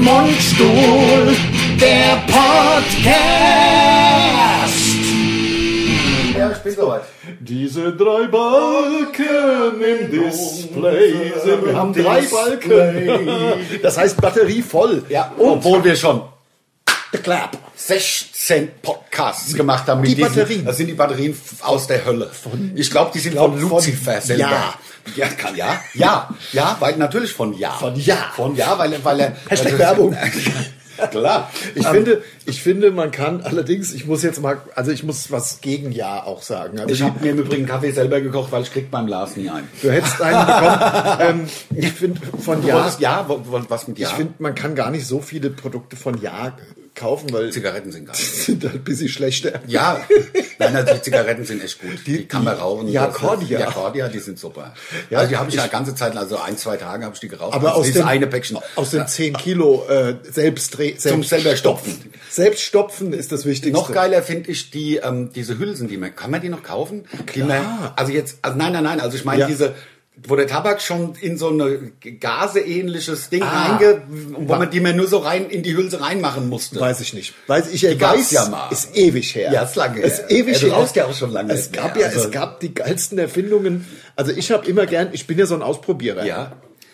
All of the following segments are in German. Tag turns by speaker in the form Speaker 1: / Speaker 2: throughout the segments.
Speaker 1: Mundstuhl, der Podcast.
Speaker 2: Ja, ich bin soweit.
Speaker 3: Diese drei Balken im Display sind. Wir haben drei Balken. Das heißt Batterie voll.
Speaker 2: Ja.
Speaker 3: Und obwohl wir schon The Clap.
Speaker 2: 16 Podcasts gemacht haben mit
Speaker 3: Die
Speaker 2: diesen.
Speaker 3: Batterien.
Speaker 2: Das sind die Batterien f- aus der Hölle. ich glaube, die sind von Lucifer selber.
Speaker 3: Ja.
Speaker 2: Ja, kann, ja, ja, ja, weil natürlich von Ja.
Speaker 3: Von Ja.
Speaker 2: Von Ja, weil, er- weil er. weil
Speaker 3: Hashtag
Speaker 2: er-
Speaker 3: Werbung.
Speaker 2: Klar.
Speaker 3: Ich finde, ich finde, man kann allerdings, ich muss jetzt mal, also ich muss was gegen Ja auch sagen. Also
Speaker 2: Ich habe mir im Übrigen Kaffee selber gekocht, weil ich krieg beim Lars nie ein.
Speaker 3: du hättest einen bekommen. ähm, ich finde von
Speaker 2: Du
Speaker 3: Ja,
Speaker 2: wolltest Ja, wo- wo- was mit Ja?
Speaker 3: ich finde, man kann gar nicht so viele Produkte von Ja kaufen, weil sie
Speaker 2: Zigaretten sind geil.
Speaker 3: sind halt ein bisschen schlechter.
Speaker 2: Ja, nein, also die Zigaretten sind echt gut. Die, kann man rauchen.
Speaker 3: die Jakordia.
Speaker 2: Ja, Cordia, die sind super.
Speaker 3: Ja,
Speaker 2: Ja, also die habe ich
Speaker 3: ich-
Speaker 2: eine ganze Zeit, lang, also ein, zwei Tage habe ich die geraucht.
Speaker 3: Aber
Speaker 2: Das
Speaker 3: aus
Speaker 2: ist
Speaker 3: dem,
Speaker 2: eine Päckchen.
Speaker 3: aus dem 10 Kilo äh, selbst, selbst
Speaker 2: zum selber stopfen.
Speaker 3: Selbststopfen ist das Wichtigste.
Speaker 2: Noch geiler finde ich die ähm, diese Hülsen, die man kann man die noch kaufen? Die man, also jetzt also nein nein nein, also ich meine
Speaker 3: Ja.
Speaker 2: diese wo der Tabak schon in so eine gaseähnliches Ding
Speaker 3: Ah.
Speaker 2: reinge und wo man die man nur so rein in die Hülse reinmachen musste.
Speaker 3: Weiß ich nicht. Weiß ich, ich
Speaker 2: gab's
Speaker 3: weiß,
Speaker 2: ja mal.
Speaker 3: Ist ewig her.
Speaker 2: Ja, ist lange her.
Speaker 3: Ist ewig
Speaker 2: Ja, du
Speaker 3: her.
Speaker 2: rauchst ja auch schon lange
Speaker 3: Es
Speaker 2: nicht mehr.
Speaker 3: gab ja,
Speaker 2: Also-
Speaker 3: es gab die geilsten Erfindungen. Also ich habe immer gern, ich bin ja so ein Ausprobierer.
Speaker 2: Ja.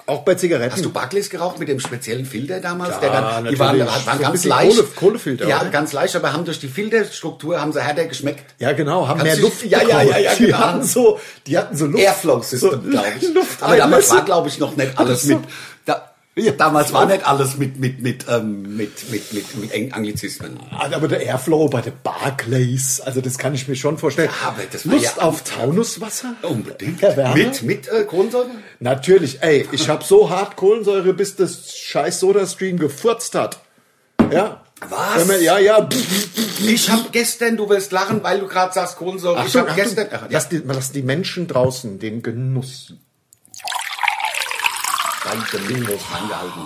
Speaker 3: Auch bei Zigaretten.
Speaker 2: Hast du Barclays geraucht mit dem speziellen Filter damals?
Speaker 3: Ja,
Speaker 2: der dann,
Speaker 3: natürlich.
Speaker 2: die waren, waren
Speaker 3: So ein
Speaker 2: ganz
Speaker 3: bisschen
Speaker 2: leicht.
Speaker 3: Kohle- Kohlefilter,
Speaker 2: Ja,
Speaker 3: oder?
Speaker 2: ganz leicht, aber haben durch die Filterstruktur haben sie härter geschmeckt.
Speaker 3: ja, genau, haben
Speaker 2: Kannst
Speaker 3: mehr
Speaker 2: du-
Speaker 3: Luft.
Speaker 2: Ja, ja, ja, ja,
Speaker 3: bekommen. Die
Speaker 2: genau.
Speaker 3: hatten so, die hatten so Luft.
Speaker 2: Airflow-System,
Speaker 3: so,
Speaker 2: glaube ich.
Speaker 3: Luft
Speaker 2: aber damals war,
Speaker 3: Einlässe.
Speaker 2: glaube ich, noch nicht alles
Speaker 3: so.
Speaker 2: mit. Da, damals war nicht alles mit mit mit ähm, mit mit mit, mit Eng- Anglizismen.
Speaker 3: Also, Aber der Airflow bei den Barclays, also das kann ich mir schon vorstellen.
Speaker 2: Ja, aber das war
Speaker 3: Lust
Speaker 2: ja- Oh,
Speaker 3: auf Taunuswasser?
Speaker 2: Unbedingt.
Speaker 3: Herr Werner?
Speaker 2: Mit mit äh, Kohlensäure?
Speaker 3: Natürlich, ey, ich hab so hart Kohlensäure, bis das scheiß Sodastream gefurzt hat. Ja?
Speaker 2: Was?
Speaker 3: Wenn man, ja, ja. pff, pff,
Speaker 2: Ich habe gestern, du wirst lachen, weil du gerade sagst Kohlensäure. ich habe gestern. Ach, ja,
Speaker 3: lass, die, lass die Menschen draußen den Genuss.
Speaker 2: danke, Windows angehalten.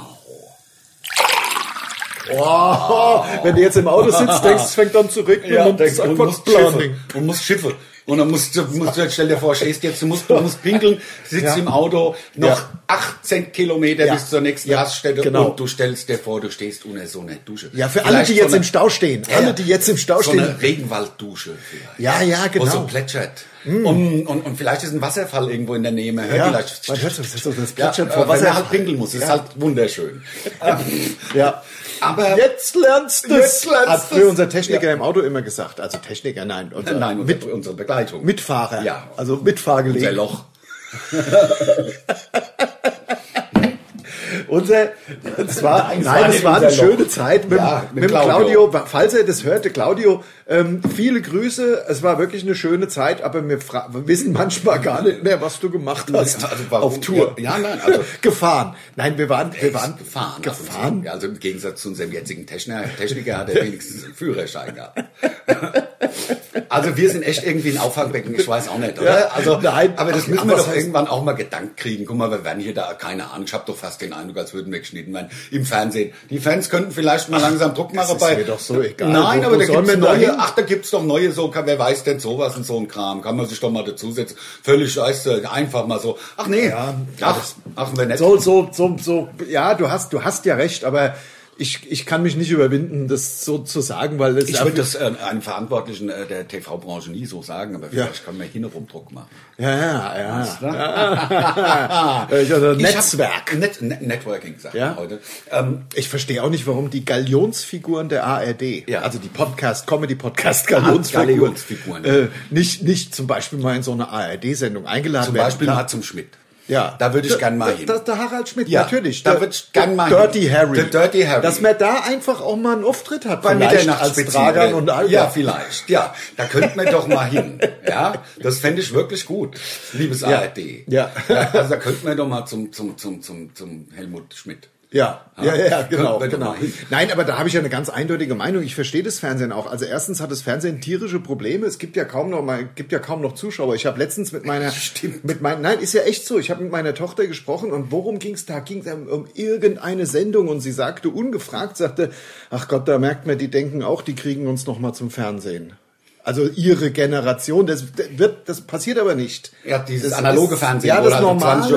Speaker 3: Oh, wenn du jetzt im Auto sitzt, denkst, es fängt dann zurück
Speaker 2: Ja,
Speaker 3: und
Speaker 2: denkst,
Speaker 3: sagt,
Speaker 2: und
Speaker 3: was
Speaker 2: musst Schiffe. Und musst Schiffe. Und dann musst du, musst du stell dir vor, stehst jetzt, du musst, du musst pinkeln, sitzt
Speaker 3: Ja.
Speaker 2: im Auto, noch
Speaker 3: Ja.
Speaker 2: 18 Kilometer
Speaker 3: Ja.
Speaker 2: bis zur nächsten
Speaker 3: Ja,
Speaker 2: Raststätte
Speaker 3: genau.
Speaker 2: und du stellst dir vor, du stehst unter so einer Dusche.
Speaker 3: Ja, für alle, die jetzt im Stau stehen. Alle, die jetzt im Stau
Speaker 2: so
Speaker 3: stehen.
Speaker 2: eine Regenwalddusche vielleicht.
Speaker 3: Ja, ja, genau. Mm.
Speaker 2: Wo so plätschert. Und, und, und vielleicht ist ein Wasserfall irgendwo in der Nähe. Man hört
Speaker 3: Ja,
Speaker 2: vielleicht.
Speaker 3: man hört so- so das
Speaker 2: ja,
Speaker 3: Plätschern
Speaker 2: aber
Speaker 3: vom
Speaker 2: wenn
Speaker 3: Wasserfall.
Speaker 2: man halt pinkeln muss, ist halt wunderschön.
Speaker 3: Ja.
Speaker 2: Aber
Speaker 3: Jetzt lernst du
Speaker 2: Ähm, Jetzt lernst
Speaker 3: Hat
Speaker 2: du's.
Speaker 3: früher unser Techniker
Speaker 2: Ja.
Speaker 3: im Auto immer gesagt. Also Techniker, nein. Unser,
Speaker 2: nein, unsere,
Speaker 3: mit,
Speaker 2: unsere Begleitung.
Speaker 3: Mitfahrer.
Speaker 2: Ja.
Speaker 3: Also Mitfahrgelegenheit.
Speaker 2: Unser Loch.
Speaker 3: Unser, es war, nein,
Speaker 2: es war
Speaker 3: es
Speaker 2: nicht
Speaker 3: war eine
Speaker 2: unser Loch.
Speaker 3: schöne Zeit mit,
Speaker 2: Ja,
Speaker 3: mit,
Speaker 2: mit
Speaker 3: Claudio.
Speaker 2: Claudio.
Speaker 3: Falls er das hörte, Claudio, ähm, viele Grüße. Es war wirklich eine schöne Zeit, aber wir, fra- wir wissen manchmal gar nicht mehr, was du gemacht hast.
Speaker 2: Ja, also warum-
Speaker 3: auf Tour.
Speaker 2: Ja, ja, nein, also-
Speaker 3: gefahren. Nein, wir waren, wir waren
Speaker 2: gefahren.
Speaker 3: Gefahren?
Speaker 2: Also im Gegensatz zu unserem jetzigen Techniker, Techniker hat er wenigstens einen Führerschein gehabt. also wir sind echt irgendwie ein Auffangbecken, ich weiß auch nicht, oder?
Speaker 3: Ja,
Speaker 2: also,
Speaker 3: nein,
Speaker 2: aber das
Speaker 3: ach,
Speaker 2: müssen
Speaker 3: aber
Speaker 2: wir
Speaker 3: was
Speaker 2: doch
Speaker 3: heißt-
Speaker 2: irgendwann auch mal Gedanken kriegen. Guck mal, wir werden hier da, keine Ahnung, ich habe doch fast den Eindruck, als würden wir geschnitten werden im Fernsehen. Die Fans könnten vielleicht mal langsam Druck machen
Speaker 3: ist
Speaker 2: bei...
Speaker 3: mir doch so egal.
Speaker 2: Nein,
Speaker 3: Wo- wo
Speaker 2: aber da
Speaker 3: sollen
Speaker 2: gibt's
Speaker 3: wir denn da hin?
Speaker 2: neue, ach, da gibt's doch neue, so, wer weiß denn sowas und so ein Kram, kann man sich doch mal dazusetzen. Völlig scheiße, einfach mal so. Ach nee,
Speaker 3: Ja,
Speaker 2: ach, machen wir nicht.
Speaker 3: so, so, so, so, ja, du hast, du hast ja recht, aber ich, ich kann mich nicht überwinden, das so zu sagen, weil es
Speaker 2: Ich würde das äh, einem Verantwortlichen äh, der TV-Branche nie so sagen, aber
Speaker 3: Ja.
Speaker 2: vielleicht kann man hier noch Druck machen.
Speaker 3: ja, ja, ja.
Speaker 2: Ich
Speaker 3: Ich hatte
Speaker 2: hab
Speaker 3: Netzwerk.
Speaker 2: Net Net Networking sagt
Speaker 3: Ja.
Speaker 2: man heute. Ähm,
Speaker 3: Ich verstehe auch nicht, warum die Galionsfiguren der ARD,
Speaker 2: Ja. Ah,
Speaker 3: also die Podcast, Comedy-Podcast-Galionsfiguren,
Speaker 2: Galionsfiguren.
Speaker 3: äh, nicht, nicht zum Beispiel mal in so eine ARD-Sendung eingeladen
Speaker 2: zum
Speaker 3: werden.
Speaker 2: Beispiel
Speaker 3: Klar.
Speaker 2: mal zum Schmidt.
Speaker 3: ja.
Speaker 2: Da würde ich gern mal
Speaker 3: Da-
Speaker 2: hin.
Speaker 3: Da, da, Harald Schmidt,
Speaker 2: Ja,
Speaker 3: natürlich.
Speaker 2: da würde ich gern mal
Speaker 3: der Dirty
Speaker 2: hin.
Speaker 3: Harry.
Speaker 2: Der Dirty Harry.
Speaker 3: Dass man da einfach auch mal einen Auftritt hat.
Speaker 2: Bei
Speaker 3: vielleicht als
Speaker 2: Mitternachtsspitzen.
Speaker 3: Dragan
Speaker 2: oder-
Speaker 3: und Alba.
Speaker 2: Ja, vielleicht. Ja, da könnten wir doch mal hin. Ja, das fände ich wirklich gut, liebes
Speaker 3: Ja.
Speaker 2: ARD.
Speaker 3: Ja.
Speaker 2: Also da könnten wir doch mal zum, zum, zum, zum, zum Helmut Schmidt.
Speaker 3: Ja,
Speaker 2: Ah.
Speaker 3: ja, ja, ja, genau,
Speaker 2: Könnten wir doch
Speaker 3: genau.
Speaker 2: mal hin.
Speaker 3: Nein, aber da habe ich ja eine ganz eindeutige Meinung. Ich verstehe das Fernsehen auch. Also erstens hat das Fernsehen tierische Probleme. Es gibt ja kaum noch mal, gibt ja kaum noch Zuschauer. Ich habe letztens mit meiner,
Speaker 2: Stimmt.
Speaker 3: mit mein, nein, ist ja echt so. Ich habe mit meiner Tochter gesprochen und worum ging's da? Ging's um, um irgendeine Sendung und sie sagte ungefragt, sagte, ach Gott, da merkt man, die denken auch, die kriegen uns noch mal zum Fernsehen. Also ihre Generation, das wird, das passiert aber nicht.
Speaker 2: Ja, dieses analoge Fernsehen,
Speaker 3: ja,
Speaker 2: wo
Speaker 3: das
Speaker 2: halt um
Speaker 3: normale
Speaker 2: 20.15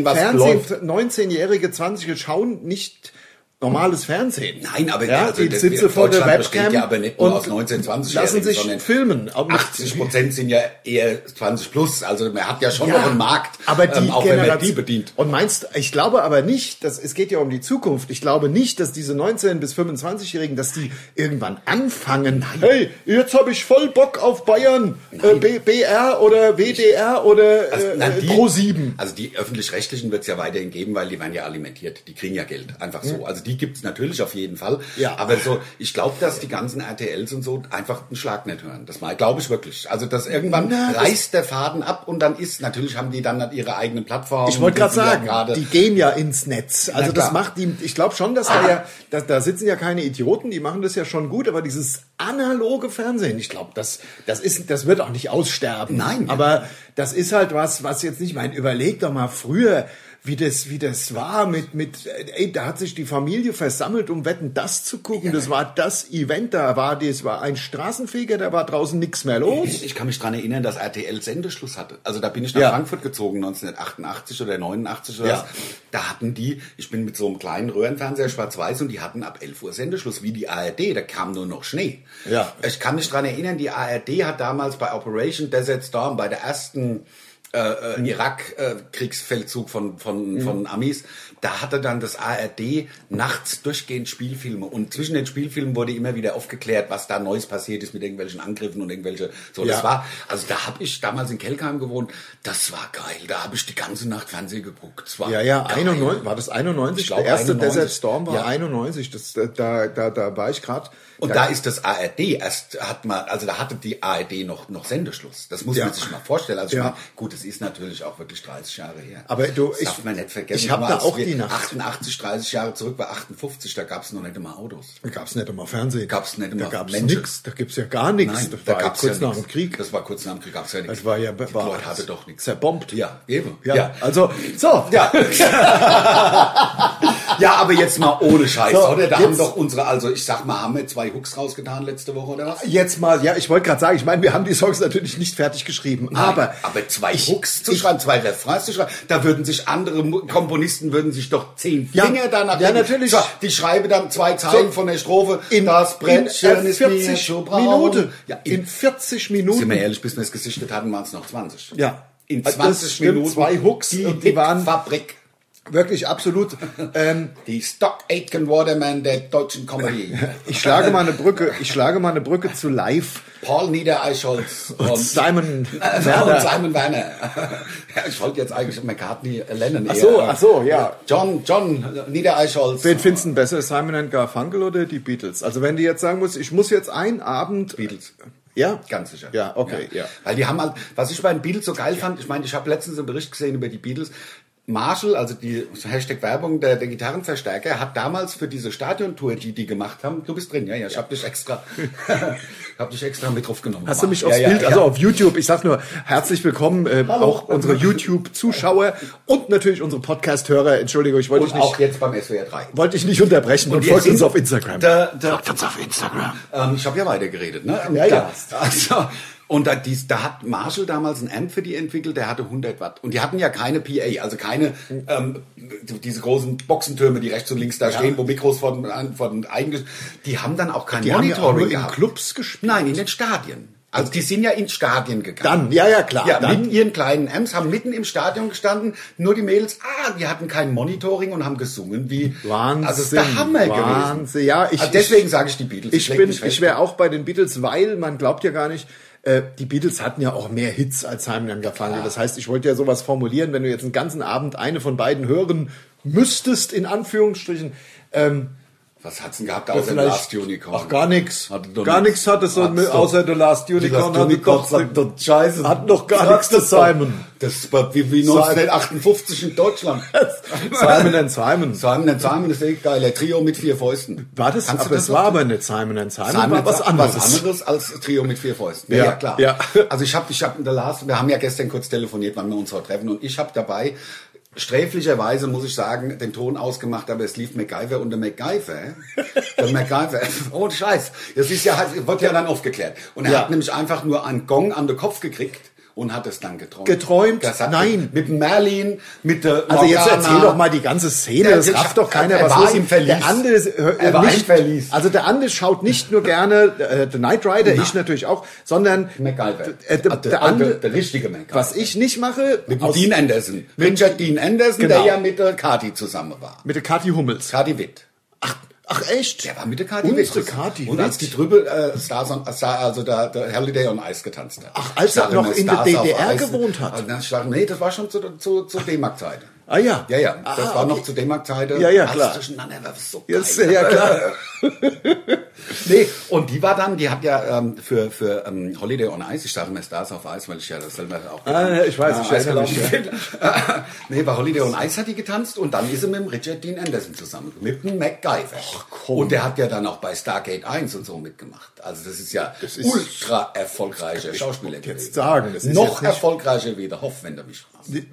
Speaker 2: Uhr was
Speaker 3: Fernsehen,
Speaker 2: läuft.
Speaker 3: 19-Jährige, 20-Jährige schauen nicht normales Fernsehen.
Speaker 2: Nein, aber
Speaker 3: ja,
Speaker 2: also
Speaker 3: die
Speaker 2: das-
Speaker 3: sitzen vor der
Speaker 2: Deutschland besteht
Speaker 3: Webcam
Speaker 2: ja aber nicht nur
Speaker 3: und
Speaker 2: aus 1920
Speaker 3: lassen sich
Speaker 2: sondern
Speaker 3: filmen. Auch mit-
Speaker 2: 80 Prozent sind ja eher 20 plus. Also man hat ja schon noch einen Markt,
Speaker 3: aber die
Speaker 2: ähm, auch wenn man
Speaker 3: Generation- Äh,
Speaker 2: die bedient.
Speaker 3: Und meinst, ich glaube aber nicht, dass es geht ja um die Zukunft. Ich glaube nicht, dass diese 19 bis 25-Jährigen, dass die irgendwann anfangen. Hey, jetzt habe ich voll Bock auf Bayern, äh, B, BR oder WDR oder
Speaker 2: Also,
Speaker 3: äh,
Speaker 2: nein, die-
Speaker 3: Pro 7.
Speaker 2: Also die öffentlich-rechtlichen wird es ja weiterhin geben, weil die werden ja alimentiert. Die kriegen ja Geld, einfach so. Also die gibt es natürlich auf jeden Fall.
Speaker 3: Hm. Ja.
Speaker 2: Aber so, ich glaube, dass die ganzen RTLs und so einfach einen Schlag nicht hören. Das mal glaube ich wirklich. Also dass irgendwann
Speaker 3: Na, das-
Speaker 2: reißt der Faden ab und dann ist, natürlich haben die dann halt ihre eigene Plattform.
Speaker 3: Ich wollte
Speaker 2: Die
Speaker 3: gerade
Speaker 2: sind ja
Speaker 3: sagen,
Speaker 2: gerade-
Speaker 3: die gehen ja ins Netz. Also
Speaker 2: klar. Ah.
Speaker 3: das macht die, ich glaube schon, dass da ja, da, da sitzen ja keine Idioten, die machen das ja schon gut, aber dieses analoge Fernsehen, ich glaube, das, das ist, das wird auch nicht aussterben.
Speaker 2: Nein.
Speaker 3: Aber das ist halt was, was jetzt nicht, ich meine, überleg doch mal früher, wie das, wie das war mit, mit, ey, da hat sich die Familie versammelt, um Wetten, das zu gucken. das war das Event, da war, das war ein Straßenfeger, da war draußen nichts mehr los.
Speaker 2: Ich kann mich dran erinnern, dass RTL Sendeschluss hatte. Also da bin ich nach
Speaker 3: Ja.
Speaker 2: Frankfurt gezogen, 1988 oder 89 oder
Speaker 3: Ja.
Speaker 2: was. Da hatten die, ich bin mit so einem kleinen Röhrenfernseher schwarz-weiß und die hatten ab 11 Uhr Sendeschluss, wie die ARD, da kam nur noch Schnee.
Speaker 3: Ja.
Speaker 2: Ich kann mich dran erinnern, die ARD hat damals bei Operation Desert Storm, bei der ersten äh, Irak-Kriegsfeldzug von,
Speaker 3: Mhm.
Speaker 2: von, von Amis, da hatte dann das ARD nachts durchgehend Spielfilme und zwischen den Spielfilmen wurde immer wieder aufgeklärt, was da Neues passiert ist mit irgendwelchen Angriffen und irgendwelche, so
Speaker 3: Ja.
Speaker 2: das war, also da habe ich damals in Kelkheim gewohnt, das war geil, da habe ich die ganze Nacht Fernsehen geguckt. Das war
Speaker 3: Ja, ja,
Speaker 2: geil.
Speaker 3: 91, war das 91?
Speaker 2: Ich glaub,
Speaker 3: der erste
Speaker 2: 91.
Speaker 3: Desert Storm war
Speaker 2: Ja.
Speaker 3: 91, das, da, da, da war ich gerade.
Speaker 2: Und da ist das ARD erst, hat man, also da hatte die ARD noch, noch Sendeschluss. Das muss
Speaker 3: Ja.
Speaker 2: man sich mal vorstellen. Also
Speaker 3: Ja.
Speaker 2: ich meine, gut, das ist natürlich auch wirklich 30 Jahre her.
Speaker 3: Aber du,
Speaker 2: das
Speaker 3: ich-
Speaker 2: darf man nicht vergessen.
Speaker 3: ich hab
Speaker 2: Guck
Speaker 3: da
Speaker 2: mal, als
Speaker 3: auch
Speaker 2: wir
Speaker 3: die Nacht.
Speaker 2: 88, 30 Jahre zurück war 58, da gab's noch nicht immer Autos.
Speaker 3: Da gab's nicht immer Fernsehen.
Speaker 2: Gab's nicht
Speaker 3: Da
Speaker 2: immer
Speaker 3: gab's
Speaker 2: Menschen.
Speaker 3: nix. Da gibt's ja gar nichts.
Speaker 2: Nein,
Speaker 3: das
Speaker 2: da
Speaker 3: war
Speaker 2: gab's
Speaker 3: kurz
Speaker 2: ja
Speaker 3: nach dem
Speaker 2: nix.
Speaker 3: Krieg.
Speaker 2: Das war kurz nach dem Krieg, gab's ja nichts.
Speaker 3: Das war ja
Speaker 2: die
Speaker 3: war
Speaker 2: Leute hatte doch nichts.
Speaker 3: Zerbombt.
Speaker 2: Ja, eben.
Speaker 3: Ja, also so.
Speaker 2: Ja. ja, aber jetzt mal ohne Scheiß,
Speaker 3: So,
Speaker 2: oder? Da
Speaker 3: jetzt-
Speaker 2: haben doch unsere, also ich sag mal, haben wir zwei Hooks rausgetan letzte Woche oder was?
Speaker 3: Jetzt mal, ja, ich wollte gerade sagen, ich meine, wir haben die Songs natürlich nicht fertig geschrieben, aber
Speaker 2: aber zwei Hooks zu schreiben, zwei Refrains zu schreiben, da würden sich andere Mu- Komponisten würden sich doch zehn
Speaker 3: Ja.
Speaker 2: Finger danach
Speaker 3: Ja,
Speaker 2: legen.
Speaker 3: natürlich.
Speaker 2: So, die schreiben dann zwei Zeilen von der Strophe.
Speaker 3: in,
Speaker 2: das
Speaker 3: in
Speaker 2: Brettchen ist mir
Speaker 3: 40
Speaker 2: zu braun.
Speaker 3: Minuten,
Speaker 2: Ja, in,
Speaker 3: in 40
Speaker 2: sind wir
Speaker 3: Minuten,
Speaker 2: ehrlich, bis wir es gesichtet hatten, waren es noch 20.
Speaker 3: Ja.
Speaker 2: In
Speaker 3: Also
Speaker 2: 20
Speaker 3: das stimmt,
Speaker 2: Minuten.
Speaker 3: zwei Hooks
Speaker 2: die,
Speaker 3: und die waren-
Speaker 2: Fabrik.
Speaker 3: wirklich absolut, ähm,
Speaker 2: Die Stock Aitken Waterman der deutschen Comedy.
Speaker 3: ich schlage mal eine Brücke, ich schlage mal eine Brücke zu live
Speaker 2: Paul Niedereichholz
Speaker 3: und, Simon
Speaker 2: Also,
Speaker 3: Werner.
Speaker 2: und Simon Werner. Ja, ich wollte jetzt eigentlich McCartney äh, Lennon
Speaker 3: Ach so,
Speaker 2: eher.
Speaker 3: ach so, ja.
Speaker 2: John, John Niedereichholz.
Speaker 3: Wen findest du denn besser, Simon and Garfunkel oder die Beatles? Also wenn du jetzt sagen musst, ich muss jetzt einen Abend...
Speaker 2: Beatles.
Speaker 3: Ja?
Speaker 2: Ganz sicher.
Speaker 3: Ja, okay, ja.
Speaker 2: Weil die haben halt, was ich bei den Beatles so geil fand, ich meine, ich habe letztens einen Bericht gesehen über die Beatles. Marshall, also die Hashtag Werbung der, der Gitarrenverstärker, hat damals für diese Stadiontour, die die gemacht haben, du bist drin, ja, ja, ich habe dich extra, hab dich extra mit draufgenommen.
Speaker 3: Hast du mich aufs
Speaker 2: ja,
Speaker 3: Bild,
Speaker 2: ja,
Speaker 3: also
Speaker 2: ja.
Speaker 3: auf YouTube, ich sag nur, herzlich willkommen, äh, auch unsere YouTube-Zuschauer und natürlich unsere Podcast-Hörer. Entschuldigung, ich wollte dich
Speaker 2: Und auch
Speaker 3: nicht,
Speaker 2: jetzt beim SWR 3.
Speaker 3: wollte ich nicht unterbrechen und,
Speaker 2: wir
Speaker 3: folgt
Speaker 2: sind-
Speaker 3: uns auf Instagram.
Speaker 2: Da, da,
Speaker 3: folgt uns auf Instagram.
Speaker 2: Ähm, ich habe ja weitergeredet, ne? da,
Speaker 3: Ja, ja.
Speaker 2: Also, und da, dies, da hat Marshall damals einen Amp für die entwickelt, der hatte 100 Watt. Und die hatten ja keine PA, also keine ähm, diese großen Boxentürme, die rechts und links da stehen, wo Mikros von, von eigentlich, die haben dann auch kein
Speaker 3: Die haben ja
Speaker 2: Monitoring
Speaker 3: auch nur in
Speaker 2: gehabt.
Speaker 3: Clubs gespielt.
Speaker 2: Nein, in den Stadien. Also die sind ja in Stadien gegangen.
Speaker 3: Dann, ja, ja, klar.
Speaker 2: Ja,
Speaker 3: dann,
Speaker 2: mit ihren kleinen Amps haben mitten im Stadion gestanden, nur die Mädels, ah, die hatten kein Monitoring und haben gesungen wie
Speaker 3: Wahnsinn.
Speaker 2: Also es ist der Hammer
Speaker 3: Wahnsinn.
Speaker 2: gewesen.
Speaker 3: Ja, ich-
Speaker 2: also deswegen sage ich die Beatles.
Speaker 3: Ich
Speaker 2: leg
Speaker 3: bin,
Speaker 2: mich fest.
Speaker 3: ich wäre auch bei den Beatles, weil man glaubt ja gar nicht, äh, die Beatles hatten ja auch mehr Hits als Simon and Garfunkel. Das heißt, ich wollte ja sowas formulieren, wenn du jetzt einen ganzen Abend eine von beiden hören müsstest, in Anführungsstrichen. Ähm,
Speaker 2: Was hat's denn gehabt außer
Speaker 3: vielleicht-
Speaker 2: Last Unicorn?
Speaker 3: Ach, gar nichts.
Speaker 2: Hatte doch
Speaker 3: Gar
Speaker 2: nix.
Speaker 3: nichts hatte so,
Speaker 2: Hat's doch-
Speaker 3: außer The Last
Speaker 2: Die
Speaker 3: Unicorn.
Speaker 2: Last
Speaker 3: hatte
Speaker 2: Unicorn
Speaker 3: doch-
Speaker 2: hat doch Scheiße.
Speaker 3: Hat noch gar nichts der
Speaker 2: das war-
Speaker 3: Simon.
Speaker 2: Das war wie, wie
Speaker 3: Simon.
Speaker 2: 1958 in Deutschland.
Speaker 3: Simon and Simon.
Speaker 2: Simon and Simon ist eh geil. Der Trio mit vier Fäusten.
Speaker 3: War das?
Speaker 2: Kannst du
Speaker 3: aber es war aber nicht Simon and Simon,
Speaker 2: Simon
Speaker 3: war was
Speaker 2: sagt
Speaker 3: anderes.
Speaker 2: Was anderes als Trio mit vier Fäusten.
Speaker 3: Ja,
Speaker 2: Ja, klar.
Speaker 3: ja.
Speaker 2: Also ich habe, ich habe, Lars, wir haben ja gestern kurz telefoniert, wann wir uns heute treffen, und ich habe dabei sträflicherweise muss ich sagen, den Ton ausgemacht, aber es lief MacGyver und der MacGyver. Der MacGyver, oh Scheiß, das ist ja, halt- wird ja dann aufgeklärt. Und er
Speaker 3: Ja.
Speaker 2: hat nämlich einfach nur einen Gong an den Kopf gekriegt. und hat es dann geträumt.
Speaker 3: Geträumt?
Speaker 2: Das hat
Speaker 3: Nein.
Speaker 2: Mit, mit Merlin, mit der
Speaker 3: Also jetzt
Speaker 2: Morgana.
Speaker 3: erzähl doch mal die ganze Szene,
Speaker 2: Ja,
Speaker 3: das
Speaker 2: ich-
Speaker 3: rafft doch keiner,
Speaker 2: er
Speaker 3: was
Speaker 2: war
Speaker 3: los
Speaker 2: im
Speaker 3: ist.
Speaker 2: Verlies.
Speaker 3: Der andere ist, hör-
Speaker 2: Er war
Speaker 3: nicht,
Speaker 2: im Verlies.
Speaker 3: Also der andere schaut nicht nur gerne äh, The Knight Rider, ich natürlich auch, sondern
Speaker 2: MacGyver.
Speaker 3: Äh, der, der,
Speaker 2: andere,
Speaker 3: andere,
Speaker 2: der richtige MacGyver.
Speaker 3: was ich nicht mache,
Speaker 2: Mit
Speaker 3: aus-
Speaker 2: Dean Anderson. Richard Dean Anderson,
Speaker 3: Genau.
Speaker 2: der ja mit der Kati zusammen war.
Speaker 3: mit der Kathi Hummels.
Speaker 2: Kati Witt.
Speaker 3: Ach, ach echt?
Speaker 2: Der war mit der Kati Witt.
Speaker 3: Unsere
Speaker 2: zusammen.
Speaker 3: Kathi
Speaker 2: Und als die
Speaker 3: Witt.
Speaker 2: Trübel äh, Stars on, Star, also da, da Holiday on Ice getanzt hat.
Speaker 3: Ach, als
Speaker 2: Ich sag
Speaker 3: er noch
Speaker 2: immer,
Speaker 3: in der
Speaker 2: Stars auf
Speaker 3: DDR
Speaker 2: Eis.
Speaker 3: gewohnt hat.
Speaker 2: Und dann sag, ich, nee, das war schon zu, zu, zu D-Mark-Zeiten.
Speaker 3: Ah ja.
Speaker 2: Ja, ja,
Speaker 3: Ah,
Speaker 2: das war noch
Speaker 3: okay.
Speaker 2: zu D-Mark-Zeiten.
Speaker 3: Ja, ja,
Speaker 2: Alles
Speaker 3: klar.
Speaker 2: Durcheinander, war so geil.
Speaker 3: Jetzt, ja klar.
Speaker 2: Nee, und die war dann, die hat ja ähm, für, für ähm, Holiday on Ice, ich sage immer Stars auf Eis, weil ich ja das selber auch
Speaker 3: Ah, ja, ich weiß, ich erinnere mich,
Speaker 2: Ja. nee, bei Holiday on Ice hat die getanzt und dann ist sie mit dem Richard Dean Anderson zusammen, mit dem MacGyver. und der hat ja dann auch bei Stargate 1 und so mitgemacht. Also das ist ja
Speaker 3: ist-
Speaker 2: ultra erfolgreicher Schauspieler
Speaker 3: jetzt sagen, das ist jetzt
Speaker 2: Noch
Speaker 3: nicht-
Speaker 2: erfolgreicher wieder, Hoff, wenn du mich fragst.
Speaker 3: Äh,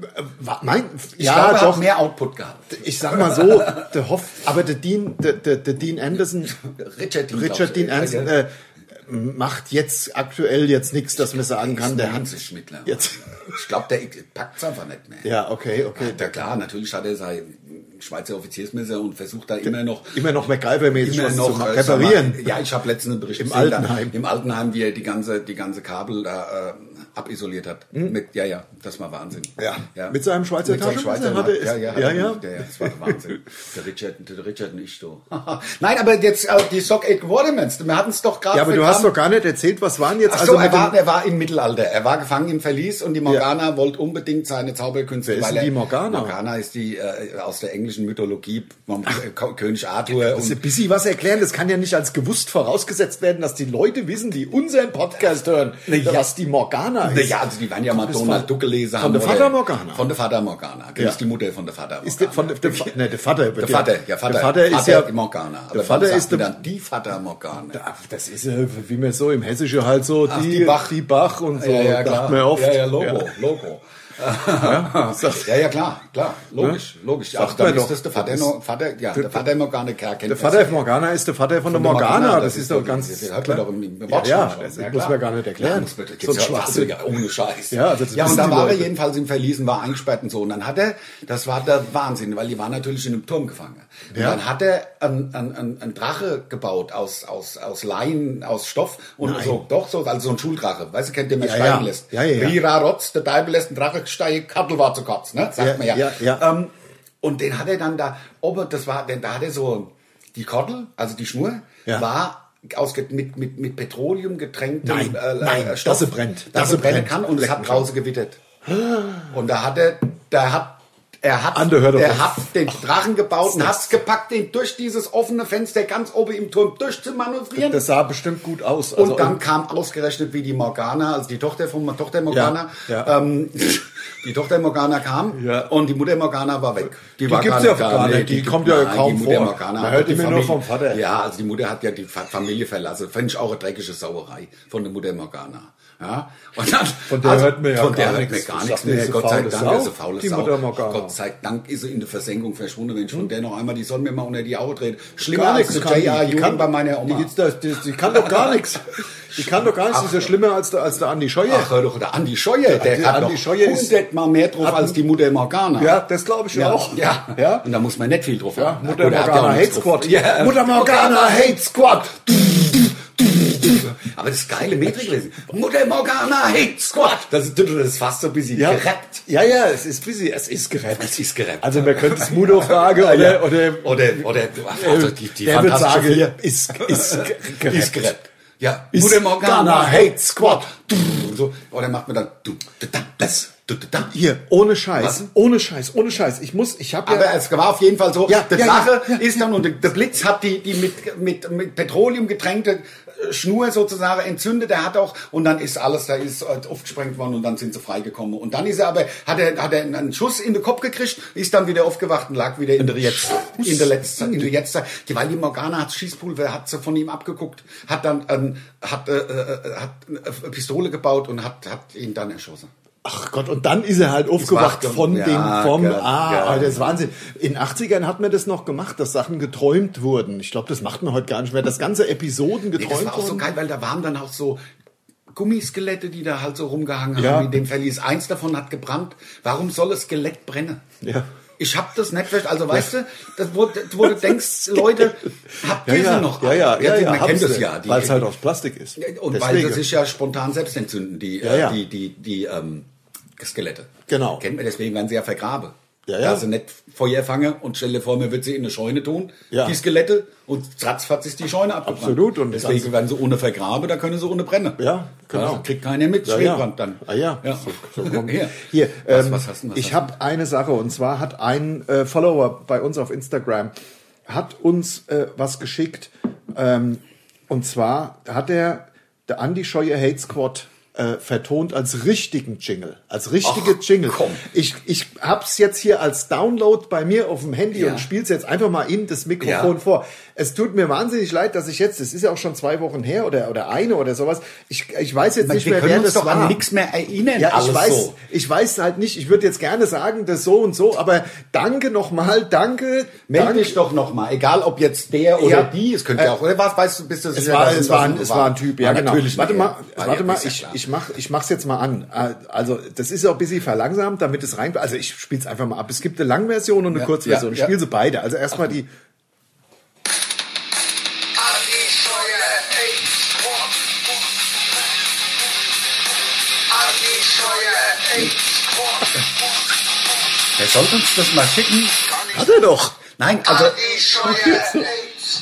Speaker 3: wa- Mein,
Speaker 2: Ich
Speaker 3: ja,
Speaker 2: glaube, er
Speaker 3: doch.
Speaker 2: hat mehr Output gehabt.
Speaker 3: Ich sag mal so, der Hoff, aber der Dean, der, der, der Dean Anderson,
Speaker 2: Richard Dean,
Speaker 3: Richard
Speaker 2: glaub ich,
Speaker 3: Dean Anderson
Speaker 2: ja.
Speaker 3: äh, macht jetzt aktuell jetzt nichts, dass man sagen kann, der hat
Speaker 2: sich mittlerweile.
Speaker 3: jetzt.
Speaker 2: Ich glaube, der packt es einfach nicht mehr.
Speaker 3: Ja, okay, okay.
Speaker 2: Ja klar, natürlich hat er sein Schweizer Offiziersmesser und versucht da immer noch
Speaker 3: Immer noch MacGyver-mäßig
Speaker 2: immer
Speaker 3: was
Speaker 2: noch
Speaker 3: zu
Speaker 2: äh, sag
Speaker 3: reparieren.
Speaker 2: Mal, ja, ich habe letztens einen Bericht
Speaker 3: Im
Speaker 2: gesehen, da-
Speaker 3: Altenheim.
Speaker 2: Im Altenheim, wie er die ganze die ganze Kabel da äh, abisoliert hat. Mit, ja, ja, das war Wahnsinn.
Speaker 3: Hm? Ja. Mit seinem Schweizer
Speaker 2: Mit seinem
Speaker 3: Taschenmesser
Speaker 2: Schweizer
Speaker 3: hat er es-
Speaker 2: ja, ja, hat
Speaker 3: ja,
Speaker 2: er
Speaker 3: ja.
Speaker 2: gemacht, ja, ja, das war Wahnsinn. der Richard, der Richard und ich so. Nein, aber jetzt äh, die Sock 8 Watermans, wir hatten es doch gerade
Speaker 3: Ja, aber du
Speaker 2: verkannt.
Speaker 3: hast doch gar nicht erzählt, was waren jetzt
Speaker 2: Ach so,
Speaker 3: also
Speaker 2: er,
Speaker 3: mit
Speaker 2: war,
Speaker 3: dem,
Speaker 2: er war im Mittelalter. Er war gefangen im Verlies und die Morgana wollte unbedingt seine Zauberkünste.
Speaker 3: Wer ist
Speaker 2: weil
Speaker 3: denn
Speaker 2: er-
Speaker 3: die Morgana?
Speaker 2: Morgana ist die äh, aus der englischen Mythologie vom Ko- König Arthur.
Speaker 3: das ist ein
Speaker 2: Und
Speaker 3: bisschen was erklären, das kann ja nicht als gewusst vorausgesetzt werden, dass die Leute wissen, die unseren Podcast hören,
Speaker 2: Ne, ja.
Speaker 3: was die Morgana ist.
Speaker 2: na ja, also die werden ja mal
Speaker 3: Das war-
Speaker 2: Donald Duck gelesen
Speaker 3: von
Speaker 2: haben.
Speaker 3: der
Speaker 2: oder-
Speaker 3: Vater Morgana.
Speaker 2: Von der Vater Morgana. Das
Speaker 3: Ja.
Speaker 2: ist die Mutter von der Vater Morgana.
Speaker 3: Ist der, von, der, der, Fa- ne, der Vater,
Speaker 2: der Vater, ja, Vater.
Speaker 3: der Vater ist ja
Speaker 2: die Morgana. Aber
Speaker 3: Der Vater
Speaker 2: warum
Speaker 3: ist
Speaker 2: sagt man
Speaker 3: der,
Speaker 2: dann die Vater Morgana.
Speaker 3: Ach, das ist ja, wie man so im Hessischen halt so
Speaker 2: Ach,
Speaker 3: die,
Speaker 2: die Bach.
Speaker 3: die Bach und so. Sagt man oft.
Speaker 2: Ja, ja, Logo, Logo.
Speaker 3: Ja.
Speaker 2: Ja, ja, klar, klar, logisch, logisch.
Speaker 3: Sagt
Speaker 2: Ach, dann
Speaker 3: man
Speaker 2: ist
Speaker 3: doch.
Speaker 2: das der Vater,
Speaker 3: Das-
Speaker 2: Nor- Vater, ja, der Vater Morgana Kerken.
Speaker 3: Der Vater von Morgana ist der Vater von, der Morgana. Das, ist doch ganz.
Speaker 2: Das hat man doch im, im
Speaker 3: ja,
Speaker 2: Wort
Speaker 3: ja,
Speaker 2: schon.
Speaker 3: das
Speaker 2: Ja,
Speaker 3: muss
Speaker 2: klar.
Speaker 3: man gar nicht
Speaker 2: Ja,
Speaker 3: erklären.
Speaker 2: muss man-
Speaker 3: so ein
Speaker 2: gibt's ja- also
Speaker 3: Schwachsinn.
Speaker 2: ja, ohne Scheiß.
Speaker 3: Ja, also das
Speaker 2: ja und
Speaker 3: wissen
Speaker 2: da
Speaker 3: die
Speaker 2: war er
Speaker 3: Leute.
Speaker 2: jedenfalls im Verliesen, war eingesperrt und so. Und dann hat er, das war der Wahnsinn, weil die waren natürlich in einem Turm gefangen. Und
Speaker 3: Ja.
Speaker 2: dann hat er einen ein, ein, ein Drache gebaut aus, aus, aus Leinen, aus Stoff und so, doch so, also so ein Schuldrache. Weißt du, kennt ihr, man
Speaker 3: Ja,
Speaker 2: steigen
Speaker 3: ja.
Speaker 2: lässt.
Speaker 3: Ja, ja, ja.
Speaker 2: Rira Rotz, der Teufel lässt einen Drache steigen, Kattel war zu kurz, ne? Sagt
Speaker 3: Ja,
Speaker 2: man ja.
Speaker 3: ja, ja.
Speaker 2: Ähm, und den hat er dann da, oben, das war, denn da hat er so, die Kordel, also die Schnur,
Speaker 3: Ja.
Speaker 2: war aus, mit, mit, mit Petroleum getränktem
Speaker 3: Nein,
Speaker 2: äh,
Speaker 3: nein,
Speaker 2: äh, Stoff,
Speaker 3: dass sie brennt.
Speaker 2: Dass,
Speaker 3: Dass
Speaker 2: sie
Speaker 3: sie
Speaker 2: brennen
Speaker 3: brennt.
Speaker 2: kann und es hat
Speaker 3: Leck mich
Speaker 2: draußen gewittert. Und da hat er, da hat, er hat,
Speaker 3: Ande, hör doch
Speaker 2: er
Speaker 3: auf.
Speaker 2: hat den Drachen gebaut und hat's gepackt, den durch dieses offene Fenster ganz oben im Turm durchzumanövrieren.
Speaker 3: Das sah bestimmt gut aus. Also,
Speaker 2: und dann kam ausgerechnet, wie die Morgana, also die Tochter von Tochter Morgana,
Speaker 3: Ja, ja.
Speaker 2: Ähm, die Tochter Morgana kam
Speaker 3: Ja.
Speaker 2: und die Mutter Morgana war weg. Die, war
Speaker 3: gibt's ja gar nicht, die kommt ja kaum
Speaker 2: die Mutter
Speaker 3: vor.
Speaker 2: Morgana
Speaker 3: Man
Speaker 2: hat
Speaker 3: hört
Speaker 2: die
Speaker 3: immer nur vom Vater.
Speaker 2: Ja, also die Mutter hat ja die Fa- Familie verlassen. Fand ich auch eine dreckige Sauerei von der Mutter Morgana. Ja, und dann, also
Speaker 3: Von der hört man ja
Speaker 2: von der
Speaker 3: gar
Speaker 2: hört man
Speaker 3: nichts.
Speaker 2: gar
Speaker 3: Ich
Speaker 2: nichts
Speaker 3: dachte, die
Speaker 2: mehr.
Speaker 3: ist eine
Speaker 2: Gott sei
Speaker 3: faule
Speaker 2: Dank,
Speaker 3: Sau,
Speaker 2: ist eine faule
Speaker 3: die
Speaker 2: Sau.
Speaker 3: Mutter Morgana. Hm?
Speaker 2: Gott sei Dank ist sie in der Versenkung verschwunden. Wenn ich von der noch einmal die Sonne mir mal unter die Augen dreht. Schlimmer
Speaker 3: gar
Speaker 2: als
Speaker 3: nichts
Speaker 2: der
Speaker 3: kann
Speaker 2: J.R.
Speaker 3: die. Die
Speaker 2: Jugend
Speaker 3: kann,
Speaker 2: bei meiner
Speaker 3: Die,
Speaker 2: Oma.
Speaker 3: gibt's da, die, die kann doch gar nichts. Die kann doch gar nichts. Die ist ja schlimmer als der, als der Andi Scheuer.
Speaker 2: Ach, hör doch, der Andi Scheuer, der
Speaker 3: Andi-
Speaker 2: hat
Speaker 3: Andi
Speaker 2: noch
Speaker 3: Scheuer ist-
Speaker 2: hundertmal mehr drauf
Speaker 3: hat-
Speaker 2: als die Mutter Morgana.
Speaker 3: Ja, das glaube ich
Speaker 2: ja,
Speaker 3: auch.
Speaker 2: Ja.
Speaker 3: ja.
Speaker 2: und da muss man nicht viel drauf
Speaker 3: Ja,
Speaker 2: haben.
Speaker 3: Mutter
Speaker 2: Oder hat ja auch
Speaker 3: Morgana
Speaker 2: nichts
Speaker 3: Hate
Speaker 2: drauf.
Speaker 3: Squad.
Speaker 2: Ja.
Speaker 3: Mutter Morgana Hate Squad.
Speaker 2: Aber das ist geile Metrik gewesen. Mutter Morgana Hate Squad. Das ist, das ist fast so ein bisschen
Speaker 3: Ja.
Speaker 2: gerappt.
Speaker 3: Ja, ja, es ist busy. Es ist gerappt.
Speaker 2: Es ist gerappt.
Speaker 3: Also man könnte es Mudo fragen oder,
Speaker 2: Ja.
Speaker 3: oder äh,
Speaker 2: oder, oder ach, also die, die
Speaker 3: der wird
Speaker 2: fantastische
Speaker 3: sagen,
Speaker 2: Vier.
Speaker 3: ist, ist gerappt.
Speaker 2: Ist gerappt. Ja,
Speaker 3: Ist
Speaker 2: Mutter Morgana
Speaker 3: Morgana
Speaker 2: Hate
Speaker 3: Hate
Speaker 2: Squad. So. Oder macht man dann du, du, da, das, du, du, da.
Speaker 3: Hier, ohne Scheiß,
Speaker 2: Was?
Speaker 3: ohne Scheiß, ohne Scheiß. Ich muss, ich habe
Speaker 2: Aber
Speaker 3: ja...
Speaker 2: es war auf jeden Fall so,
Speaker 3: Ja,
Speaker 2: der
Speaker 3: ja,
Speaker 2: Drache
Speaker 3: ja, ja.
Speaker 2: ist dann und der Blitz hat die, die mit, mit, mit Petroleum getränkte äh, Schnur sozusagen entzündet, er hat auch, und dann ist alles, da ist äh, aufgesprengt worden und dann sind sie freigekommen. Und dann ist er aber, hat er, hat er einen Schuss in den Kopf gekriegt, ist dann wieder aufgewacht und lag wieder in der Jetzt, in der letzten, in der Jetztzeit. Die, weil die Morgana hat Schießpulver, hat sie von ihm abgeguckt, hat dann, ähm, hat, äh, äh, hat eine Pistole gebaut und hat, hat ihn dann erschossen.
Speaker 3: Ach Gott, und dann ist er halt aufgewacht
Speaker 2: wach-
Speaker 3: von
Speaker 2: ja,
Speaker 3: dem, vom...
Speaker 2: ja,
Speaker 3: ah,
Speaker 2: ja.
Speaker 3: das ist Wahnsinn. In 80ern hat man das noch gemacht, dass Sachen geträumt wurden. Ich glaube, das macht man heute gar nicht mehr. Das ganze Episoden
Speaker 2: Nee, das
Speaker 3: geträumt
Speaker 2: war auch so
Speaker 3: wurden.
Speaker 2: geil, weil da waren dann auch so Gummiskelette, die da halt so rumgehangen
Speaker 3: Ja.
Speaker 2: haben in dem Verlies. Eins davon hat gebrannt. Warum soll das Skelett brennen?
Speaker 3: Ja.
Speaker 2: Ich hab das nicht verstanden. Also weißt du, das, wo, das, wo du denkst, Leute, habt ihr sie noch?
Speaker 3: ja, ja, ja, ja,
Speaker 2: man kennt das ja. die-
Speaker 3: Weil es halt aus Plastik ist.
Speaker 2: und weil das sich ja spontan selbst entzünden, die,
Speaker 3: Ja, ja.
Speaker 2: Äh, die, die, die ähm, Skelette.
Speaker 3: Genau.
Speaker 2: Kennt man, deswegen werden sie ja vergraben.
Speaker 3: Ja,
Speaker 2: Ja,
Speaker 3: ja.
Speaker 2: ja. Also nicht Feuer fange und stelle vor, mir wird sie in eine Scheune tun,
Speaker 3: Ja.
Speaker 2: die Skelette, und zatz hat sich die Scheune abgebrannt.
Speaker 3: Absolut, und
Speaker 2: Und
Speaker 3: das
Speaker 2: deswegen
Speaker 3: Ganze-
Speaker 2: werden sie ohne vergraben, da können sie ohne brennen.
Speaker 3: Ja, genau.
Speaker 2: Also kriegt keiner mit,
Speaker 3: Ja, ja.
Speaker 2: Schwelbrand dann.
Speaker 3: Ah, ja.
Speaker 2: ja.
Speaker 3: So, so kommt-
Speaker 2: Hier,
Speaker 3: Hier,
Speaker 2: was,
Speaker 3: ähm,
Speaker 2: was hast du denn? Was
Speaker 3: ich
Speaker 2: hast
Speaker 3: habe eine Sache und zwar hat ein äh, Follower bei uns auf Instagram hat uns äh, was geschickt ähm, und zwar hat er der Andy Scheuer Hate Squad äh, vertont als richtigen Jingle, als richtige
Speaker 2: Ach,
Speaker 3: Jingle.
Speaker 2: komm.
Speaker 3: Ich ich hab's jetzt hier als Download bei mir auf dem Handy
Speaker 2: Ja.
Speaker 3: und spiel's jetzt einfach mal in das Mikrofon
Speaker 2: Ja.
Speaker 3: vor. Es tut mir wahnsinnig leid, dass ich jetzt, das ist ja auch schon zwei Wochen her oder oder eine oder sowas. Ich ich weiß jetzt
Speaker 2: du?
Speaker 3: nicht
Speaker 2: wir
Speaker 3: mehr,
Speaker 2: können
Speaker 3: wer
Speaker 2: uns
Speaker 3: das
Speaker 2: doch
Speaker 3: war.
Speaker 2: an nichts mehr erinnern.
Speaker 3: Ja,
Speaker 2: alles
Speaker 3: ich weiß,
Speaker 2: So.
Speaker 3: ich weiß halt nicht. Ich würde jetzt gerne sagen, das so und so, aber danke nochmal, danke.
Speaker 2: Meld
Speaker 3: danke.
Speaker 2: dich doch nochmal, egal ob jetzt der oder
Speaker 3: Ja. Äh,
Speaker 2: die, es könnte ja auch, oder was, weißt du, bist du
Speaker 3: Es
Speaker 2: sicher,
Speaker 3: war,
Speaker 2: dass
Speaker 3: es, war, ein,
Speaker 2: was
Speaker 3: es war ein Typ, ja,
Speaker 2: Ah,
Speaker 3: genau.
Speaker 2: Natürlich
Speaker 3: warte
Speaker 2: nicht
Speaker 3: mal,
Speaker 2: er. Ah,
Speaker 3: warte
Speaker 2: ja,
Speaker 3: mal,
Speaker 2: ist ja
Speaker 3: ich,
Speaker 2: klar.
Speaker 3: ich mach, ich mach's jetzt mal an. Äh, Also, das ist ja auch ein bisschen verlangsamt, damit es rein, also ich spiel's einfach mal ab. Es gibt eine Langversion und eine
Speaker 2: Ja,
Speaker 3: Kurzversion.
Speaker 2: ja,
Speaker 3: Ich
Speaker 2: ja.
Speaker 3: spiele sie beide. Also erstmal die,
Speaker 4: Adi Scheuer Hate Squad. Adi Scheuer Hate Squad.
Speaker 2: Wer soll uns das mal schicken?
Speaker 3: hat er doch.
Speaker 2: Nein, also,
Speaker 4: Adi Scheuer Hate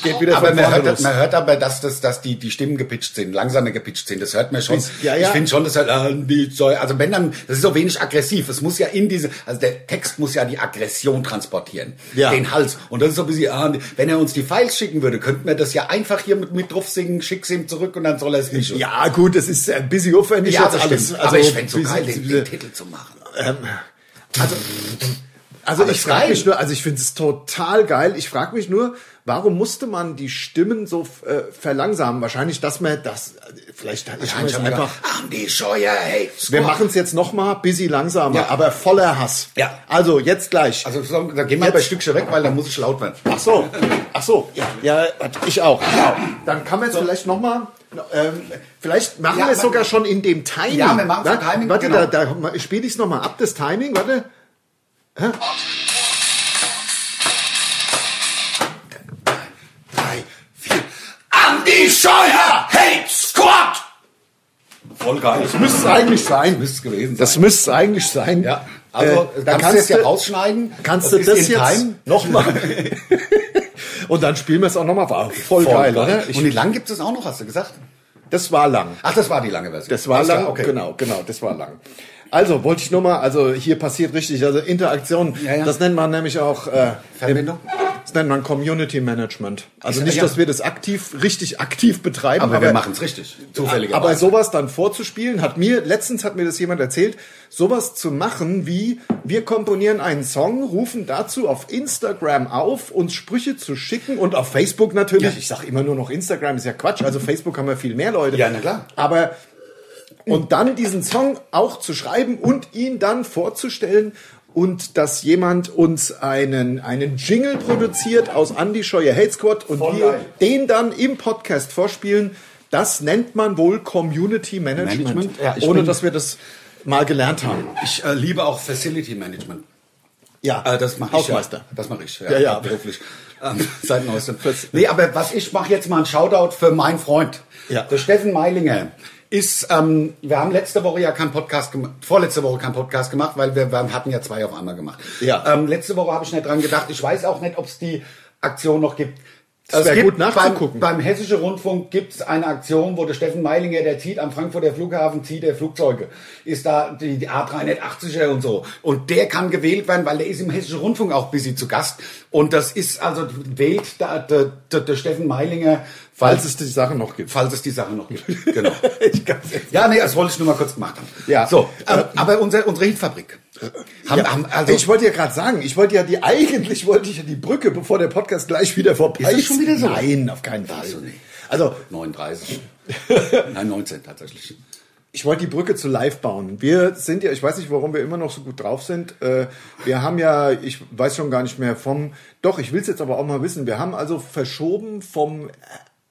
Speaker 3: Geht
Speaker 4: Squad.
Speaker 3: wieder
Speaker 2: aber
Speaker 3: von
Speaker 2: man
Speaker 3: vorne
Speaker 2: hört,
Speaker 3: los.
Speaker 2: man hört aber, dass, das, dass die, die Stimmen gepitcht sind, langsamer gepitcht sind, das hört man schon.
Speaker 3: Ja, ja.
Speaker 2: Ich finde schon, das hat, äh, die Zeu- also wenn dann, das ist so wenig aggressiv, es muss ja in diese, also der Text muss ja die Aggression transportieren,
Speaker 3: Ja.
Speaker 2: den Hals. Und das ist so ein bisschen, ah, wenn er uns die Files schicken würde, könnten wir das ja einfach hier mit, mit drauf singen, schick's ihm zurück und dann soll er es nicht.
Speaker 3: Ja, gut, es ist ein bisschen aufwendig
Speaker 2: ja
Speaker 3: jetzt
Speaker 2: das
Speaker 3: alles.
Speaker 2: stimmt.
Speaker 3: Also
Speaker 2: Also aber ich fände so
Speaker 3: bisschen-
Speaker 2: geil, den, den Titel zu machen.
Speaker 3: Also
Speaker 2: Aber
Speaker 3: ich
Speaker 2: ist
Speaker 3: frage
Speaker 2: geil.
Speaker 3: mich nur, also ich finde es total geil. Ich frage mich nur, warum musste man die Stimmen so äh, verlangsamen? Wahrscheinlich, dass man das vielleicht ich
Speaker 2: Nein,
Speaker 3: weiß
Speaker 2: ich hab
Speaker 3: einfach.
Speaker 2: einfach. Andi Scheuer, hey.
Speaker 3: Wir machen es jetzt noch mal busy langsamer,
Speaker 2: Oh. Ja.
Speaker 3: aber voller Hass.
Speaker 2: Ja.
Speaker 3: Also jetzt gleich.
Speaker 2: Also so, da gehen wir aber ein Stückchen weg, weil dann muss ich laut werden.
Speaker 3: Ach so. Ach so. Ja, ja ich auch. Genau. Dann kann man jetzt vielleicht noch mal ähm, vielleicht machen
Speaker 2: Ja,
Speaker 3: wir es
Speaker 2: warte.
Speaker 3: sogar schon in dem Timing.
Speaker 2: Ja, wir machen's im Timing,
Speaker 3: Warte,
Speaker 2: genau.
Speaker 3: da, da spiele ich es noch mal ab das Timing. Warte.
Speaker 2: Drei, vier. Andi Scheuer, Hate Squad! Voll geil. Das
Speaker 3: Müsste es eigentlich sein.
Speaker 2: müsste es gewesen sein.
Speaker 3: Das müsste es eigentlich sein.
Speaker 2: ja, also
Speaker 3: Äh,
Speaker 2: da kannst du das ja rausschneiden.
Speaker 3: Kannst du
Speaker 2: ist
Speaker 3: das
Speaker 2: in
Speaker 3: jetzt
Speaker 2: Time.
Speaker 3: nochmal? Und dann spielen wir es auch nochmal. Voll, voll geil, oder?
Speaker 2: Und wie
Speaker 3: Ich,
Speaker 2: lang gibt es auch noch, hast du gesagt?
Speaker 3: das war lang.
Speaker 2: Ach, das war die lange Version.
Speaker 3: Das war
Speaker 2: Alles
Speaker 3: lang.
Speaker 2: klar, okay.
Speaker 3: Genau, genau, das war lang. Also wollte ich nur mal, also hier passiert richtig, also Interaktion,
Speaker 2: Ja, ja.
Speaker 3: das nennt man nämlich auch äh,
Speaker 2: Verbindung?
Speaker 3: Das nennt man Community Management. Also
Speaker 2: Ich-
Speaker 3: nicht,
Speaker 2: ja.
Speaker 3: dass wir das aktiv, richtig aktiv betreiben,
Speaker 2: Aber, wir machen es richtig. Zufälligerweise.
Speaker 3: aber sowas dann vorzuspielen, hat mir, letztens hat mir das jemand erzählt, sowas zu machen wie, wir komponieren einen Song, rufen dazu auf Instagram auf, uns Sprüche zu schicken und auf Facebook natürlich, ich sag immer nur noch Instagram, ist ja Quatsch, also Facebook haben wir viel mehr Leute.
Speaker 2: Ja, na klar.
Speaker 3: Aber, und dann diesen Song auch zu schreiben und ihn dann vorzustellen und dass jemand uns einen, einen Jingle produziert aus Andy Scheuer Hate Squad und
Speaker 2: Voll
Speaker 3: wir
Speaker 2: geil.
Speaker 3: den dann im Podcast vorspielen, das nennt man wohl Community Management,
Speaker 2: Management. Ja, ich
Speaker 3: ohne
Speaker 2: bin-
Speaker 3: dass wir das mal gelernt haben.
Speaker 2: Ich äh, liebe auch Facility Management.
Speaker 3: Ja,
Speaker 2: Äh, das mache ich.
Speaker 3: Hausmeister.
Speaker 2: Ja. Das mache ich,
Speaker 3: Ja,
Speaker 2: ja,
Speaker 3: ja.
Speaker 2: beruflich. Ähm, seit neuestem. Nee, aber was ich mache jetzt mal einen Shoutout für meinen Freund.
Speaker 3: Ja.
Speaker 2: Der Steffen Meilinger ist, ähm, wir haben letzte Woche ja keinen Podcast gemacht, vorletzte Woche keinen Podcast gemacht, weil wir, wir hatten ja zwei auf einmal gemacht.
Speaker 3: Ja.
Speaker 2: Ähm, letzte Woche habe ich nicht dran gedacht. Ich weiß auch nicht, ob es die Aktion noch gibt.
Speaker 3: Das
Speaker 2: Es
Speaker 3: wär
Speaker 2: gibt
Speaker 3: gut nachzugucken.
Speaker 2: Beim, beim Hessischen Rundfunk gibt es eine Aktion, wo der Steffen Meilinger, der zieht am Frankfurter Flughafen, zieht er Flugzeuge. Ist da die, die A380er und so. Und der kann gewählt werden, weil der ist im Hessischen Rundfunk auch busy zu Gast. Und das ist also, wählt da, da, da, der Steffen Meilinger,
Speaker 3: Falls
Speaker 2: falls,
Speaker 3: es die Sache noch gibt.
Speaker 2: falls es die Sache noch gibt. Genau.
Speaker 3: ich kann's jetzt-
Speaker 2: Ja, nee, das wollte ich nur mal kurz gemacht haben.
Speaker 3: Ja.
Speaker 2: So, ähm, aber unser, unsere Hitfabrik. Haben,
Speaker 3: Ja,
Speaker 2: haben, also,
Speaker 3: ich wollte ja gerade sagen, ich wollte ja die, eigentlich wollte ich ja die Brücke, bevor der Podcast gleich wieder vorbei
Speaker 2: Ist das schon wieder so?
Speaker 3: Nein, auf keinen Fall.
Speaker 2: so, nee.
Speaker 3: Also,
Speaker 2: 39. Nein, 19 tatsächlich.
Speaker 3: Ich wollte die Brücke zu live bauen. Wir sind ja, ich weiß nicht, warum wir immer noch so gut drauf sind. Äh, wir haben ja, ich weiß schon gar nicht mehr vom, doch, ich will es jetzt aber auch mal wissen. Wir haben also verschoben vom, äh,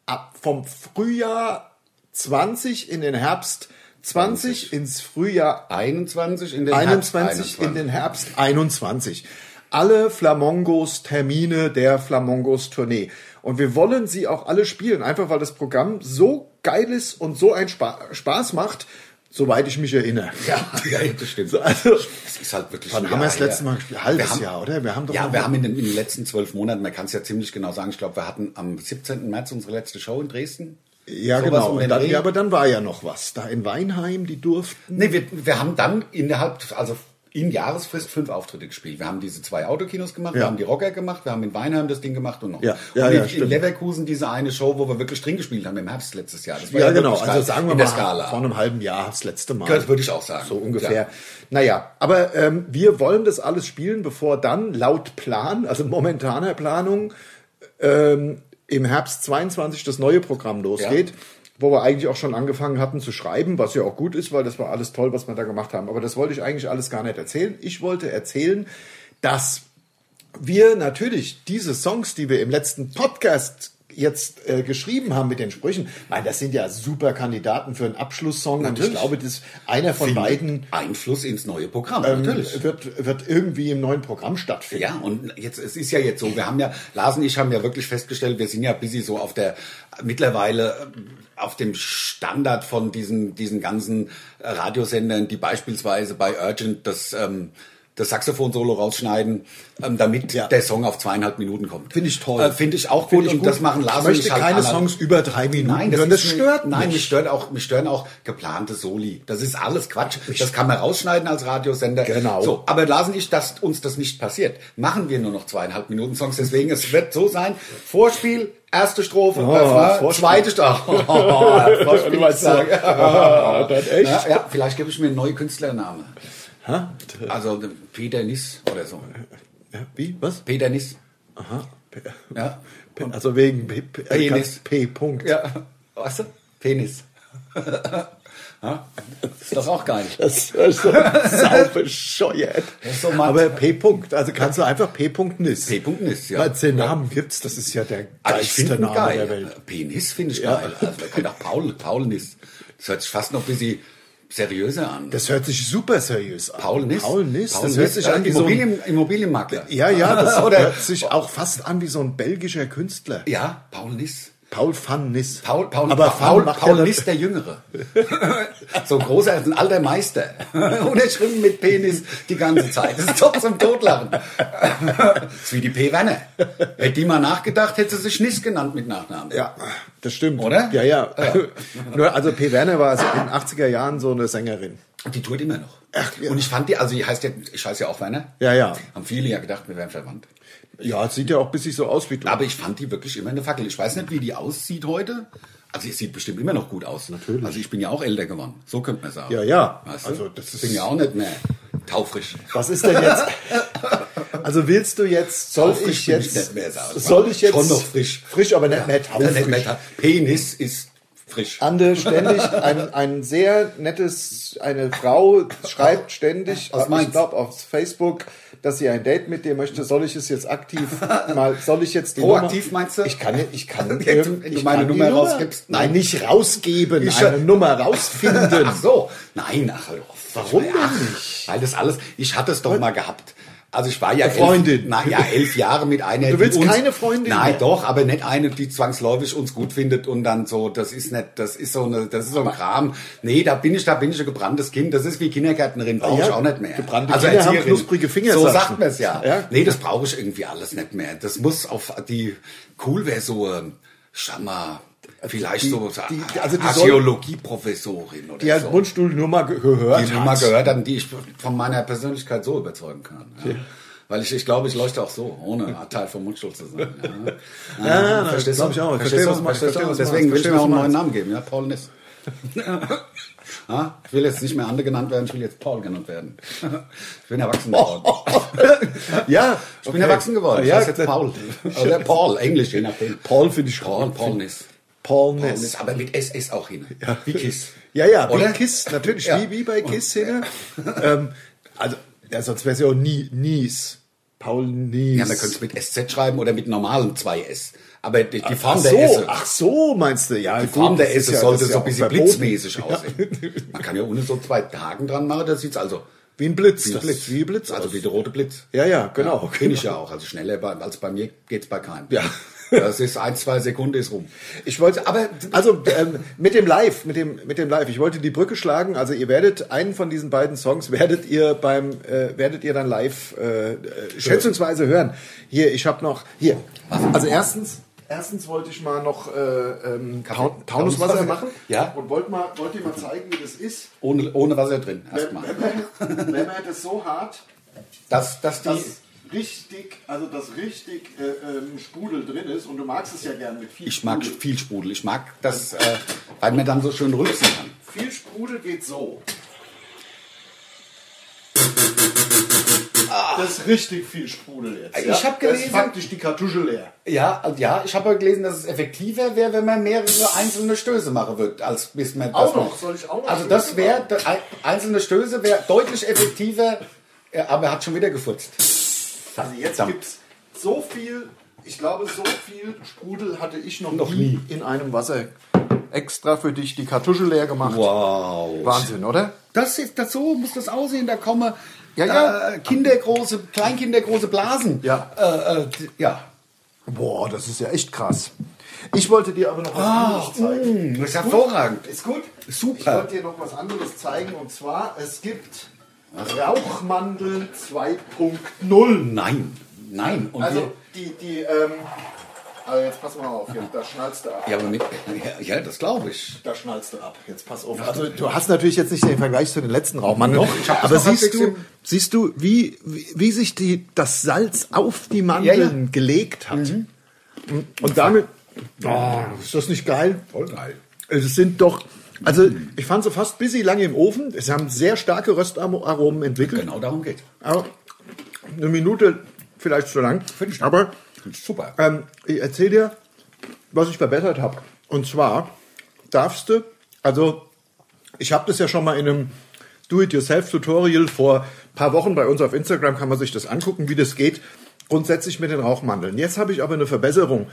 Speaker 3: ab- vom Frühjahr 20 in den Herbst, 20 ins Frühjahr
Speaker 2: 21 in den
Speaker 3: 21 in den Herbst 21. Alle Flamongos Termine der Flamongos Tournee. Und wir wollen sie auch alle spielen, einfach weil das Programm so geil ist und so einen Spa Spaß macht, soweit ich mich erinnere.
Speaker 2: Ja, ja, das stimmt.
Speaker 3: Also,
Speaker 2: Das ist halt wirklich
Speaker 3: Wann
Speaker 2: ein
Speaker 3: haben wir
Speaker 2: Jahr
Speaker 3: das letzte
Speaker 2: her.
Speaker 3: Mal gespielt? Halbes
Speaker 2: Wir haben-
Speaker 3: Jahr, oder? Wir haben doch
Speaker 2: ja,
Speaker 3: noch-
Speaker 2: wir haben in den, in den letzten zwölf Monaten, man kann es ja ziemlich genau sagen, ich glaube, wir hatten am 17. März unsere letzte Show in Dresden.
Speaker 3: ja,
Speaker 2: Sowas
Speaker 3: genau.
Speaker 2: um
Speaker 3: Und
Speaker 2: den
Speaker 3: dann,
Speaker 2: Dreh.
Speaker 3: ja, aber dann war ja noch was. Da in Weinheim, die durften.
Speaker 2: Nee, wir, wir haben dann innerhalb, also in Jahresfrist fünf Auftritte gespielt. Wir haben diese zwei Autokinos gemacht, wir
Speaker 3: Ja.
Speaker 2: haben die Rocker gemacht, wir haben in Weinheim das Ding gemacht und noch.
Speaker 3: Ja, ja,
Speaker 2: und
Speaker 3: ja,
Speaker 2: in, in
Speaker 3: stimmt.
Speaker 2: Leverkusen diese eine Show, wo wir wirklich drin gespielt haben im Herbst letztes Jahr. Das war
Speaker 3: Ja, genau.
Speaker 2: wirklich geil.
Speaker 3: Also sagen wir
Speaker 2: in
Speaker 3: mal
Speaker 2: der Skala.
Speaker 3: vor einem halben Jahr das letzte Mal.
Speaker 2: das würde ich auch sagen.
Speaker 3: So ungefähr.
Speaker 2: Ja.
Speaker 3: Naja, aber ähm, wir wollen das alles spielen, bevor dann laut Plan, also momentaner Planung, ähm, im Herbst 22 das neue Programm losgeht.
Speaker 2: Ja.
Speaker 3: Wo wir eigentlich auch schon angefangen hatten zu schreiben, was ja auch gut ist, weil das war alles toll, was wir da gemacht haben. Aber das wollte ich eigentlich alles gar nicht erzählen. Ich wollte erzählen, dass wir natürlich diese Songs, die wir im letzten Podcast jetzt äh, geschrieben haben mit den Sprüchen, nein, das sind ja super Kandidaten für einen Abschlusssong. Und
Speaker 2: Natürlich.
Speaker 3: ich glaube, das einer von
Speaker 2: Findet
Speaker 3: beiden
Speaker 2: Einfluss ins neue Programm, natürlich.
Speaker 3: Ähm, wird, wird irgendwie im neuen Programm stattfinden.
Speaker 2: Ja, und jetzt, es ist ja jetzt so, wir haben ja, Lars und ich haben ja wirklich festgestellt, wir sind ja busy so auf der, mittlerweile ähm, auf dem Standard von diesen, diesen ganzen äh, Radiosendern, die beispielsweise bei Urgent das, ähm, das Saxophon-Solo rausschneiden, ähm, damit
Speaker 3: Ja.
Speaker 2: der Song auf zweieinhalb Minuten kommt.
Speaker 3: Finde ich toll.
Speaker 2: Äh, Finde ich auch gut
Speaker 3: Finde ich
Speaker 2: und
Speaker 3: gut.
Speaker 2: das machen Lars
Speaker 3: ich möchte
Speaker 2: und ich halt
Speaker 3: keine
Speaker 2: alle-
Speaker 3: Songs über drei Minuten
Speaker 2: Nein, das,
Speaker 3: hören.
Speaker 2: ist
Speaker 3: Das
Speaker 2: mir-
Speaker 3: stört
Speaker 2: Nein,
Speaker 3: mich.
Speaker 2: mich stört auch, mich stören auch geplante Soli. Das ist alles Quatsch. Das kann man rausschneiden als Radiosender.
Speaker 3: Genau.
Speaker 2: So, aber lasen ich, dass uns das nicht passiert. Machen wir nur noch zweieinhalb Minuten Songs. Deswegen, es wird so sein. Vorspiel, erste Strophe, Refrain,
Speaker 3: Oh, Vorspiel.
Speaker 2: zweite Strophe. Oh,
Speaker 3: Du weißt so. Ah, das echt?
Speaker 2: Ja, ja, vielleicht gebe ich mir einen neuen Künstlernamen. Also Peter Niss oder so.
Speaker 3: Ja, Wie? Was?
Speaker 2: Peter Niss.
Speaker 3: Aha. P- äh,
Speaker 2: Ja.
Speaker 3: P- Also wegen P. P-
Speaker 2: Penis.
Speaker 3: P. Punkt.
Speaker 2: Ja. Weißt du? Penis. ja? Ist doch auch geil.
Speaker 3: Das ist so sau bescheuert.
Speaker 2: ist so matt.
Speaker 3: Aber P. Punkt, also kannst du einfach P. Punkt Nis.
Speaker 2: P. Punkt Nis, ja.
Speaker 3: Weil zehn Namen gibt's, das ist ja der
Speaker 2: Also ich
Speaker 3: geilste
Speaker 2: finde
Speaker 3: Name
Speaker 2: geil. Äh,
Speaker 3: der Welt.
Speaker 2: Penis finde ich
Speaker 3: Ja.
Speaker 2: geil. Also man kann auch Paul, Paul Nis. Das hört sich fast noch ein bisschen seriöser an.
Speaker 3: Das hört sich super seriös an.
Speaker 2: Paul Nis.
Speaker 3: Paul Nis,
Speaker 2: Paul
Speaker 3: das
Speaker 2: Nis,
Speaker 3: hört sich
Speaker 2: äh,
Speaker 3: an wie so ein,
Speaker 2: Immobilien, Immobilienmakler.
Speaker 3: ja, ja, das
Speaker 2: Oder-
Speaker 3: hört sich auch fast an wie so ein belgischer Künstler.
Speaker 2: Ja, Paul Nis.
Speaker 3: Paul van Nis.
Speaker 2: Paul, Paul,
Speaker 3: Aber
Speaker 2: Paul,
Speaker 3: Van macht
Speaker 2: Paul
Speaker 3: ja
Speaker 2: Nis, der Jüngere. so ein großer, ein alter Meister. Unterschrieben mit Penis die ganze Zeit. Das ist doch zum Totlachen. das ist wie die P. Werner. Hätte die mal nachgedacht, hätte sie sich Nis genannt mit Nachnamen.
Speaker 3: Ja, das stimmt.
Speaker 2: Oder?
Speaker 3: Ja, ja. Nur, also P. Werner war also in den 80er Jahren so eine Sängerin.
Speaker 2: Und die tourt immer noch.
Speaker 3: Ach, ja.
Speaker 2: Und ich fand die, also die heißt ja, ich heiße ja auch Werner.
Speaker 3: Ja, ja.
Speaker 2: Haben viele ja gedacht, wir wären verwandt.
Speaker 3: Ja, es sieht ja auch bissig so aus wie du.
Speaker 2: Aber ich fand die wirklich immer eine Fackel. Ich weiß nicht, wie die aussieht heute. Also sie sieht bestimmt immer noch gut aus. Natürlich. Also ich bin ja auch älter geworden. So könnte man sagen.
Speaker 3: Ja, ja.
Speaker 2: Weißt
Speaker 3: Also
Speaker 2: du?
Speaker 3: das ist-
Speaker 2: bin ja auch nicht mehr taufrisch.
Speaker 3: Was ist denn jetzt? Also willst du jetzt, soll
Speaker 2: Taufrisch
Speaker 3: ich
Speaker 2: bin ich
Speaker 3: jetzt,
Speaker 2: nicht mehr, sag ich mal.
Speaker 3: soll ich jetzt,
Speaker 2: Schon noch frisch.
Speaker 3: frisch, aber nicht mehr
Speaker 2: Ja, nicht mehr
Speaker 3: taufrisch.
Speaker 2: tau- Penis ist frisch.
Speaker 3: Ande ständig, ein, ein sehr nettes, eine Frau schreibt ständig,
Speaker 2: Aus Mainz.
Speaker 3: ich glaube auf Facebook, dass sie ein Date mit dir möchte. Soll ich es jetzt aktiv mal, soll ich jetzt die
Speaker 2: Proaktiv
Speaker 3: Nummer,
Speaker 2: meinst du?
Speaker 3: Ich kann, ich kann,
Speaker 2: Wenn du- wenn du meine
Speaker 3: die
Speaker 2: Nummer rausgibst?
Speaker 3: Nein,
Speaker 2: Nein.
Speaker 3: nicht rausgeben,
Speaker 2: Ich-
Speaker 3: eine Nummer rausfinden.
Speaker 2: Ach so. Nein, ach,
Speaker 3: Warum denn
Speaker 2: ach,
Speaker 3: nicht?
Speaker 2: Weil das alles, ich hatte es doch mal gehabt. Also ich war ja
Speaker 3: Eine Freundin.
Speaker 2: Elf, na ja, elf Jahre mit einer.
Speaker 3: Du
Speaker 2: die
Speaker 3: willst keine Freundin
Speaker 2: Nein,
Speaker 3: mehr?
Speaker 2: doch, aber nicht eine, die zwangsläufig uns gut findet und dann so. Das ist nicht, das ist so eine, das ist so ein Kram. Nee, da bin ich, da bin ich ein gebranntes Kind. Das ist wie Kindergärtnerin, brauche
Speaker 3: Ja,
Speaker 2: ich auch nicht mehr. Also
Speaker 3: gebrannte Kinder haben
Speaker 2: Erzieherin.
Speaker 3: knusprige Finger,
Speaker 2: So
Speaker 3: sagt
Speaker 2: sagt
Speaker 3: man.
Speaker 2: man es ja.
Speaker 3: Ja.
Speaker 2: Nee, das brauche ich irgendwie alles nicht mehr. Das muss auf die cool wäre so, ähm, schau mal, vielleicht
Speaker 3: Die-
Speaker 2: so
Speaker 3: die- also die soll-
Speaker 2: Archäologieprofessorin oder
Speaker 3: Die hat
Speaker 2: so
Speaker 3: Mundstuhl nur mal ge- gehört.
Speaker 2: die
Speaker 3: hat.
Speaker 2: Nummer gehört haben, die ich von meiner Persönlichkeit so überzeugen kann. Ja. Weil ich, ich glaube, ich leuchte auch so, ohne Teil vom Mundschutz zu sein. Ja,
Speaker 3: Ja, ja, Ah, das
Speaker 2: verstehst
Speaker 3: glaub
Speaker 2: du?
Speaker 3: ich auch. Ich
Speaker 2: Verstehst
Speaker 3: verstehe,
Speaker 2: du?
Speaker 3: was
Speaker 2: Verstehst
Speaker 3: du meinst.
Speaker 2: du?
Speaker 3: Ich verstehe, was du
Speaker 2: Deswegen will
Speaker 3: meinst.
Speaker 2: ich mir auch einen neuen
Speaker 3: Ich
Speaker 2: Namen geben, ja, Paul Niss. Ja, ich will jetzt nicht mehr Ande genannt werden, ich will jetzt Paul genannt werden. Ich bin erwachsen geworden.
Speaker 3: Ja,
Speaker 2: Ich bin erwachsen geworden. Ich
Speaker 3: Ah, Ja,
Speaker 2: heiße jetzt Paul. Oder Paul, Englisch, je nachdem.
Speaker 3: Paul finde ich
Speaker 2: Paul,
Speaker 3: gut.
Speaker 2: Paul Niss.
Speaker 3: Paul Ness.
Speaker 2: Paul Niss, aber mit SS auch hin. Wie Kiss.
Speaker 3: Ja, ja,
Speaker 2: Oder?
Speaker 3: wie Kiss, natürlich,
Speaker 2: Ja. äh,
Speaker 3: wie, wie bei Kiss-Szene. ähm, also, ja, sonst wäre es ja auch nie, Nies. Paul Nies.
Speaker 2: Ja, man könnte es mit SZ schreiben oder mit normalen 2S. Aber die, die Form
Speaker 3: ach
Speaker 2: der
Speaker 3: so,
Speaker 2: S.
Speaker 3: ach so, meinst du? Ja,
Speaker 2: Die Form der S sollte so ein bisschen
Speaker 3: blitzmäßig.
Speaker 2: blitzmäßig aussehen. Man kann ja ohne so zwei Tagen dran machen, das sieht's also
Speaker 3: Wie ein Blitz.
Speaker 2: wie ein
Speaker 3: das-
Speaker 2: Blitz.
Speaker 3: Wie ein Blitz.
Speaker 2: Also
Speaker 3: aus.
Speaker 2: wie der rote Blitz.
Speaker 3: ja, ja, genau.
Speaker 2: Bin ich ja auch. Also schneller bei, als bei mir geht's bei keinem.
Speaker 3: Ja.
Speaker 2: Das ist ein, zwei Sekunden ist rum.
Speaker 3: Ich wollte, aber also ähm, mit dem Live, mit dem mit dem Live. Ich wollte die Brücke schlagen. Also ihr werdet einen von diesen beiden Songs werdet ihr beim äh, werdet ihr dann live äh, äh, schätzungsweise hören. Hier, ich habe noch hier. Also erstens. Erstens wollte ich mal noch äh, ähm, Taun- Taunuswasser
Speaker 2: Taunuswasser?
Speaker 3: machen
Speaker 2: Ja.
Speaker 3: und wollte mal wollte dir mal zeigen, wie das ist.
Speaker 2: Ohne, ohne Wasser drin.
Speaker 3: Wenn,
Speaker 2: Erstmal.
Speaker 3: wenn, man, wenn man das so hart,
Speaker 2: Dass, dass die,
Speaker 3: dass richtig, also dass richtig äh, ähm, Sprudel drin ist und du magst es ja gern mit viel
Speaker 2: ich mag
Speaker 3: Sprudel.
Speaker 2: viel Sprudel. Ich mag das, äh, weil man dann so schön rülpsen kann.
Speaker 3: Viel Sprudel geht so. Das ist richtig viel Sprudel jetzt.
Speaker 2: Ich
Speaker 3: ja?
Speaker 2: hab
Speaker 3: Das ist
Speaker 2: gelesen-
Speaker 3: faktisch die Kartusche leer.
Speaker 2: Ja, also ja, ich habe gelesen, dass es effektiver wäre, wenn man mehrere einzelne Stöße machen würde, als bis man
Speaker 3: Auch
Speaker 2: das
Speaker 3: noch,
Speaker 2: macht.
Speaker 3: soll ich auch noch
Speaker 2: Also
Speaker 3: Stöße
Speaker 2: das wäre ein- einzelne Stöße wäre deutlich effektiver, äh, aber er hat schon wieder gefurzt.
Speaker 3: Also jetzt
Speaker 2: Verdammt.
Speaker 3: gibt's so viel, ich glaube, so viel Sprudel hatte ich noch,
Speaker 2: Noch nie.
Speaker 3: in einem Wasser. Extra für dich die Kartusche leer gemacht.
Speaker 2: Wow.
Speaker 3: Wahnsinn, oder?
Speaker 2: Das ist das so muss das aussehen, da komme
Speaker 3: Ja, ja.
Speaker 2: äh, kindergroße, kleinkindergroße Blasen.
Speaker 3: Ja.
Speaker 2: Äh, äh, d- ja.
Speaker 3: Boah, das ist ja echt krass. Ich wollte dir aber noch was anderes zeigen.
Speaker 2: Mm, das ist hervorragend.
Speaker 3: Ist gut.
Speaker 2: Super.
Speaker 3: Ich wollte dir noch was anderes zeigen und zwar, es gibt Rauchmandeln 2.0.
Speaker 2: Nein, nein. Und
Speaker 3: Also
Speaker 2: wir-
Speaker 3: die, die, ähm, also jetzt pass mal auf, jetzt, da schnallst du ab.
Speaker 2: ja, aber mit, ja, ja, das glaube ich.
Speaker 3: Da schnallst du ab. Jetzt pass auf. Also du hast natürlich jetzt nicht den Vergleich zu den letzten Rauchmandeln.
Speaker 2: Doch, ich hab das
Speaker 3: aber
Speaker 2: noch
Speaker 3: siehst
Speaker 2: halbwegs
Speaker 3: du,
Speaker 2: im-
Speaker 3: siehst du, wie, wie, wie sich die, das Salz auf die Mandeln
Speaker 2: Ja, ja.
Speaker 3: gelegt hat. Und damit. Oh, ist das nicht geil?
Speaker 2: Voll geil.
Speaker 3: Es sind doch. Also, ich fand sie fast busy lange im Ofen. Es haben sehr starke Röstaromen entwickelt.
Speaker 2: Genau darum geht.
Speaker 3: Aber eine Minute vielleicht zu lang. Aber
Speaker 2: Super.
Speaker 3: ähm, ich erzähle dir, was ich verbessert habe. Und zwar darfst du, also ich habe das ja schon mal in einem Do-it-yourself-Tutorial vor ein paar Wochen bei uns auf Instagram, kann man sich das angucken, wie das geht, grundsätzlich mit den Rauchmandeln. Jetzt habe ich aber eine Verbesserung.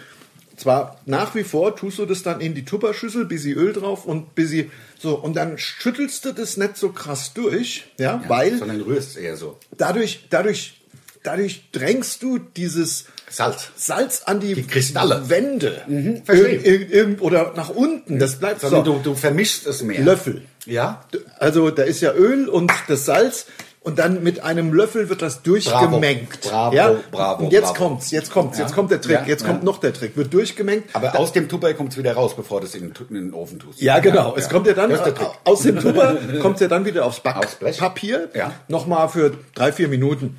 Speaker 3: Zwar nach wie vor tust du das dann in die Tupperschüssel, bisschen Öl drauf und bisschen so und dann schüttelst du das nicht so krass durch, ja,
Speaker 2: Ja,
Speaker 3: weil
Speaker 2: sondern rührst eher so.
Speaker 3: dadurch, dadurch, dadurch drängst du dieses
Speaker 2: Salz.
Speaker 3: Salz an die,
Speaker 2: Kristalle. Mhm,
Speaker 3: Wände
Speaker 2: verstehe.
Speaker 3: Irgend- irgend- irgend- oder nach unten. Das bleibt so.
Speaker 2: Sondern du, du vermischst es mehr.
Speaker 3: Löffel.
Speaker 2: Ja?
Speaker 3: Also da ist ja Öl und das Salz und dann mit einem Löffel wird das durchgemengt.
Speaker 2: Bravo,
Speaker 3: ja?
Speaker 2: bravo,
Speaker 3: Und
Speaker 2: bravo.
Speaker 3: jetzt kommt's, jetzt kommt's, jetzt
Speaker 2: Ja.
Speaker 3: kommt der Trick,
Speaker 2: Ja,
Speaker 3: jetzt
Speaker 2: ja.
Speaker 3: kommt noch der Trick. Wird durchgemengt.
Speaker 2: Aber aus dem Tupper kommt es wieder raus, bevor du es in, den Tu- in den Ofen tust.
Speaker 3: Ja, genau. es kommt ja dann
Speaker 2: Das ist der Trick.
Speaker 3: aus dem Tupper kommt ja dann wieder aufs
Speaker 2: Aufs Blech.
Speaker 3: Backpapier.
Speaker 2: Ja.
Speaker 3: Nochmal für drei, vier Minuten.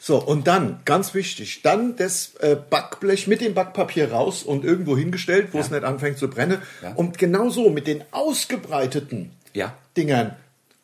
Speaker 3: So, und dann, ganz wichtig, dann das äh, Backblech mit dem Backpapier raus und irgendwo hingestellt, wo es nicht anfängt zu brennen.
Speaker 2: Ja.
Speaker 3: Und genau so mit den ausgebreiteten
Speaker 2: Ja.
Speaker 3: Dingern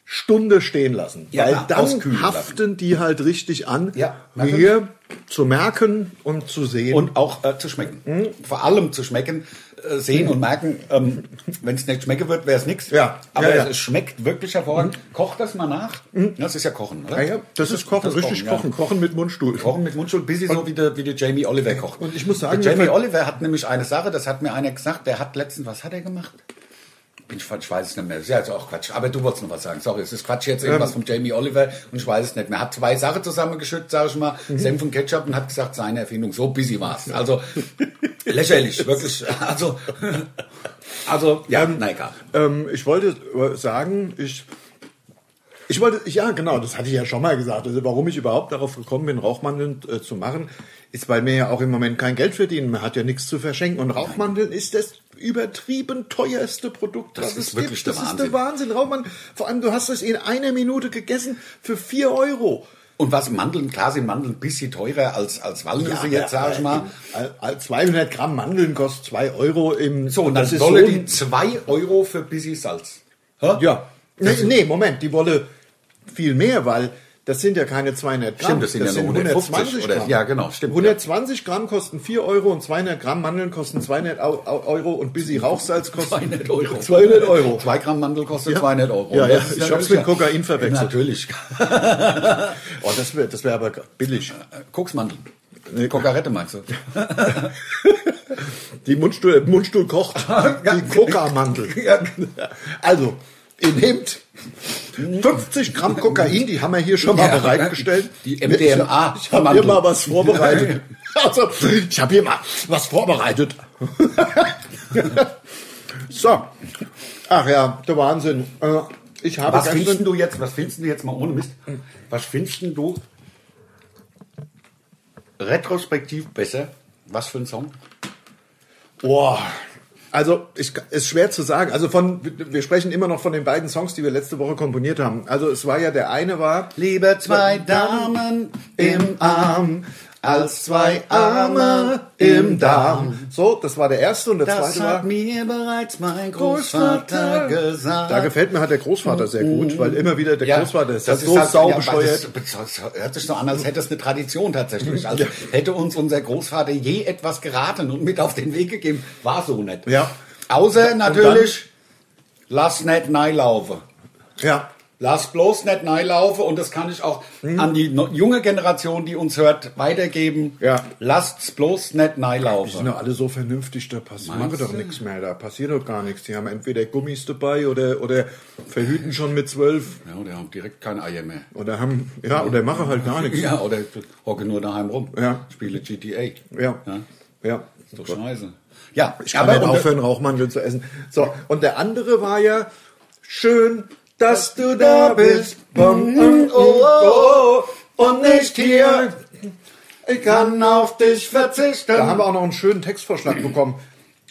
Speaker 3: Stunde stehen lassen.
Speaker 2: Ja,
Speaker 3: weil
Speaker 2: ja,
Speaker 3: dann
Speaker 2: auskühlen
Speaker 3: haften die halt richtig an,
Speaker 2: Ja,
Speaker 3: hier zu merken und zu sehen.
Speaker 2: Und auch äh, zu schmecken. Vor allem zu schmecken, äh, sehen und merken, ähm, wenn es nicht schmecken wird, wäre es nichts.
Speaker 3: Ja.
Speaker 2: Aber
Speaker 3: Ja, ja.
Speaker 2: es schmeckt wirklich hervorragend. Koch das mal nach. Das ist ja Kochen, oder?
Speaker 3: ja, ja, das ist Kochen, richtig Kochen.
Speaker 2: Ja.
Speaker 3: Kochen mit Mundstuhl.
Speaker 2: Kochen mit Mundschutz, bis sie so wie der, wie der Jamie Oliver kocht.
Speaker 3: Und ich muss sagen,
Speaker 2: der
Speaker 3: mir
Speaker 2: Jamie
Speaker 3: ver-
Speaker 2: Oliver hat nämlich eine Sache, das hat mir einer gesagt, der hat letztens, was hat er gemacht? Bin Ich, ich weiß es nicht mehr. Das ist ja jetzt auch Quatsch. Aber du wolltest noch was sagen. Sorry, es ist Quatsch jetzt irgendwas von
Speaker 3: Ähm.
Speaker 2: Jamie Oliver und ich weiß es nicht mehr. Hat zwei Sachen zusammengeschüttet, sage ich mal,
Speaker 3: Mhm.
Speaker 2: Senf und Ketchup und hat gesagt, seine Erfindung. So busy war's. Also lächerlich, wirklich. Also, also ja, na egal.
Speaker 3: Ähm, ich wollte äh, sagen, ich. Ich wollte, ja genau, das hatte ich ja schon mal gesagt. Also warum ich überhaupt darauf gekommen bin, Rauchmandeln äh, zu machen, ist, weil mir ja auch im Moment kein Geld verdienen. Man hat ja nichts zu verschenken. Und Rauchmandeln ist das übertrieben teuerste Produkt,
Speaker 2: Das
Speaker 3: was
Speaker 2: ist
Speaker 3: es
Speaker 2: wirklich
Speaker 3: gibt. Das
Speaker 2: der
Speaker 3: ist der Wahnsinn. Rauchmandeln, vor allem, du hast es in einer Minute gegessen für 4 Euro.
Speaker 2: Und was Mandeln, klar sind Mandeln ein bisschen teurer als, als
Speaker 3: Also
Speaker 2: Walnüsse jetzt, sage ich mal.
Speaker 3: äh, äh, 200 Gramm Mandeln kostet 2 Euro im...
Speaker 2: So, und dann
Speaker 3: das ist
Speaker 2: solle
Speaker 3: so
Speaker 2: die
Speaker 3: ein-
Speaker 2: 2 Euro für Busy Salz. Hä?
Speaker 3: Ja. Nee, nee, Moment, die wolle viel mehr, weil Das sind ja keine 200
Speaker 2: Stimmt,
Speaker 3: Gramm.
Speaker 2: das sind ja nur 150 oder,
Speaker 3: Gramm.
Speaker 2: ja, genau, stimmt. ja.
Speaker 3: 120 Gramm kosten 4 Euro und 200 Gramm Mandeln kosten 200 Au- Au- Euro und Busy Rauchsalz kosten
Speaker 2: 200 Euro.
Speaker 3: 200 Euro.
Speaker 2: 2 Gramm Mandel kostet 200 Euro.
Speaker 3: Ja, ja,
Speaker 2: Das ist
Speaker 3: ich hab's
Speaker 2: natürlich-
Speaker 3: mit Kokain verwechselt.
Speaker 2: Natürlich.
Speaker 3: Oh, das wäre das wär aber billig.
Speaker 2: Koksmandel. Nee. Äh, Kokarette meinst du?
Speaker 3: Die Mundstuhl, Mundstuhl kocht. Die
Speaker 2: genau.
Speaker 3: Kokamandel. Also, ihr nehmt 50 Gramm Kokain, die haben wir hier schon mal
Speaker 2: Ja.
Speaker 3: bereitgestellt.
Speaker 2: Die MDMA
Speaker 3: Ich habe hier
Speaker 2: Mandel.
Speaker 3: mal was vorbereitet. Also, ich habe hier mal was vorbereitet. So. Ach ja, der Wahnsinn. Äh, Ich habe
Speaker 2: Was
Speaker 3: ganz
Speaker 2: findest
Speaker 3: schön-
Speaker 2: du jetzt, was findest du jetzt mal ohne Mist? Was findest du retrospektiv besser? Was für ein Song?
Speaker 3: Boah. Also, ich, ist schwer zu sagen. Also von, wir sprechen immer noch von den beiden Songs, die wir letzte Woche komponiert haben. Also es war ja der eine war
Speaker 2: Lieber zwei Damen im Arm als zwei Arme im Darm.
Speaker 3: So, das war der erste und der
Speaker 2: Das
Speaker 3: zweite
Speaker 2: hat
Speaker 3: war.
Speaker 2: mir bereits mein Großvater gesagt.
Speaker 3: Da gefällt mir halt der Großvater sehr gut, weil immer wieder der Großvater ist,
Speaker 2: Mhm. das
Speaker 3: halt so
Speaker 2: halt- ja,
Speaker 3: saubescheuert.
Speaker 2: aber Das, das hört sich so an, als hätte es eine Tradition tatsächlich. Also hätte uns unser Großvater je etwas geraten und mit auf den Weg gegeben, war so nicht.
Speaker 3: Ja.
Speaker 2: Außer natürlich, lass nicht nein laufen.
Speaker 3: ja.
Speaker 2: Lass bloß nicht nein laufen und das kann ich auch
Speaker 3: Hm?
Speaker 2: an die no- junge Generation, die uns hört, weitergeben.
Speaker 3: Ja.
Speaker 2: Lasst's bloß nicht nein
Speaker 3: Die sind
Speaker 2: laufen.
Speaker 3: ja alle so vernünftig, da passiert
Speaker 2: Meinst
Speaker 3: doch
Speaker 2: du?
Speaker 3: nichts mehr, da passiert doch gar nichts. Die haben entweder Gummis dabei oder, oder verhüten schon mit zwölf
Speaker 2: Ja, die haben direkt keine Eier mehr.
Speaker 3: oder haben, ja, oder machen halt gar nichts.
Speaker 2: Ja, oder hocke nur daheim rum.
Speaker 3: Ja.
Speaker 2: Spiele GTA.
Speaker 3: Ja.
Speaker 2: ja.
Speaker 3: Ja.
Speaker 2: Ist doch scheiße. Ja,
Speaker 3: Ich kann nicht aufhören, Rauchmandeln zu essen. So, und der andere war ja schön, dass du da bist. Bum, bum, oh, oh, oh, und nicht hier. Ich kann auf dich verzichten. Da haben wir auch noch einen schönen Textvorschlag bekommen.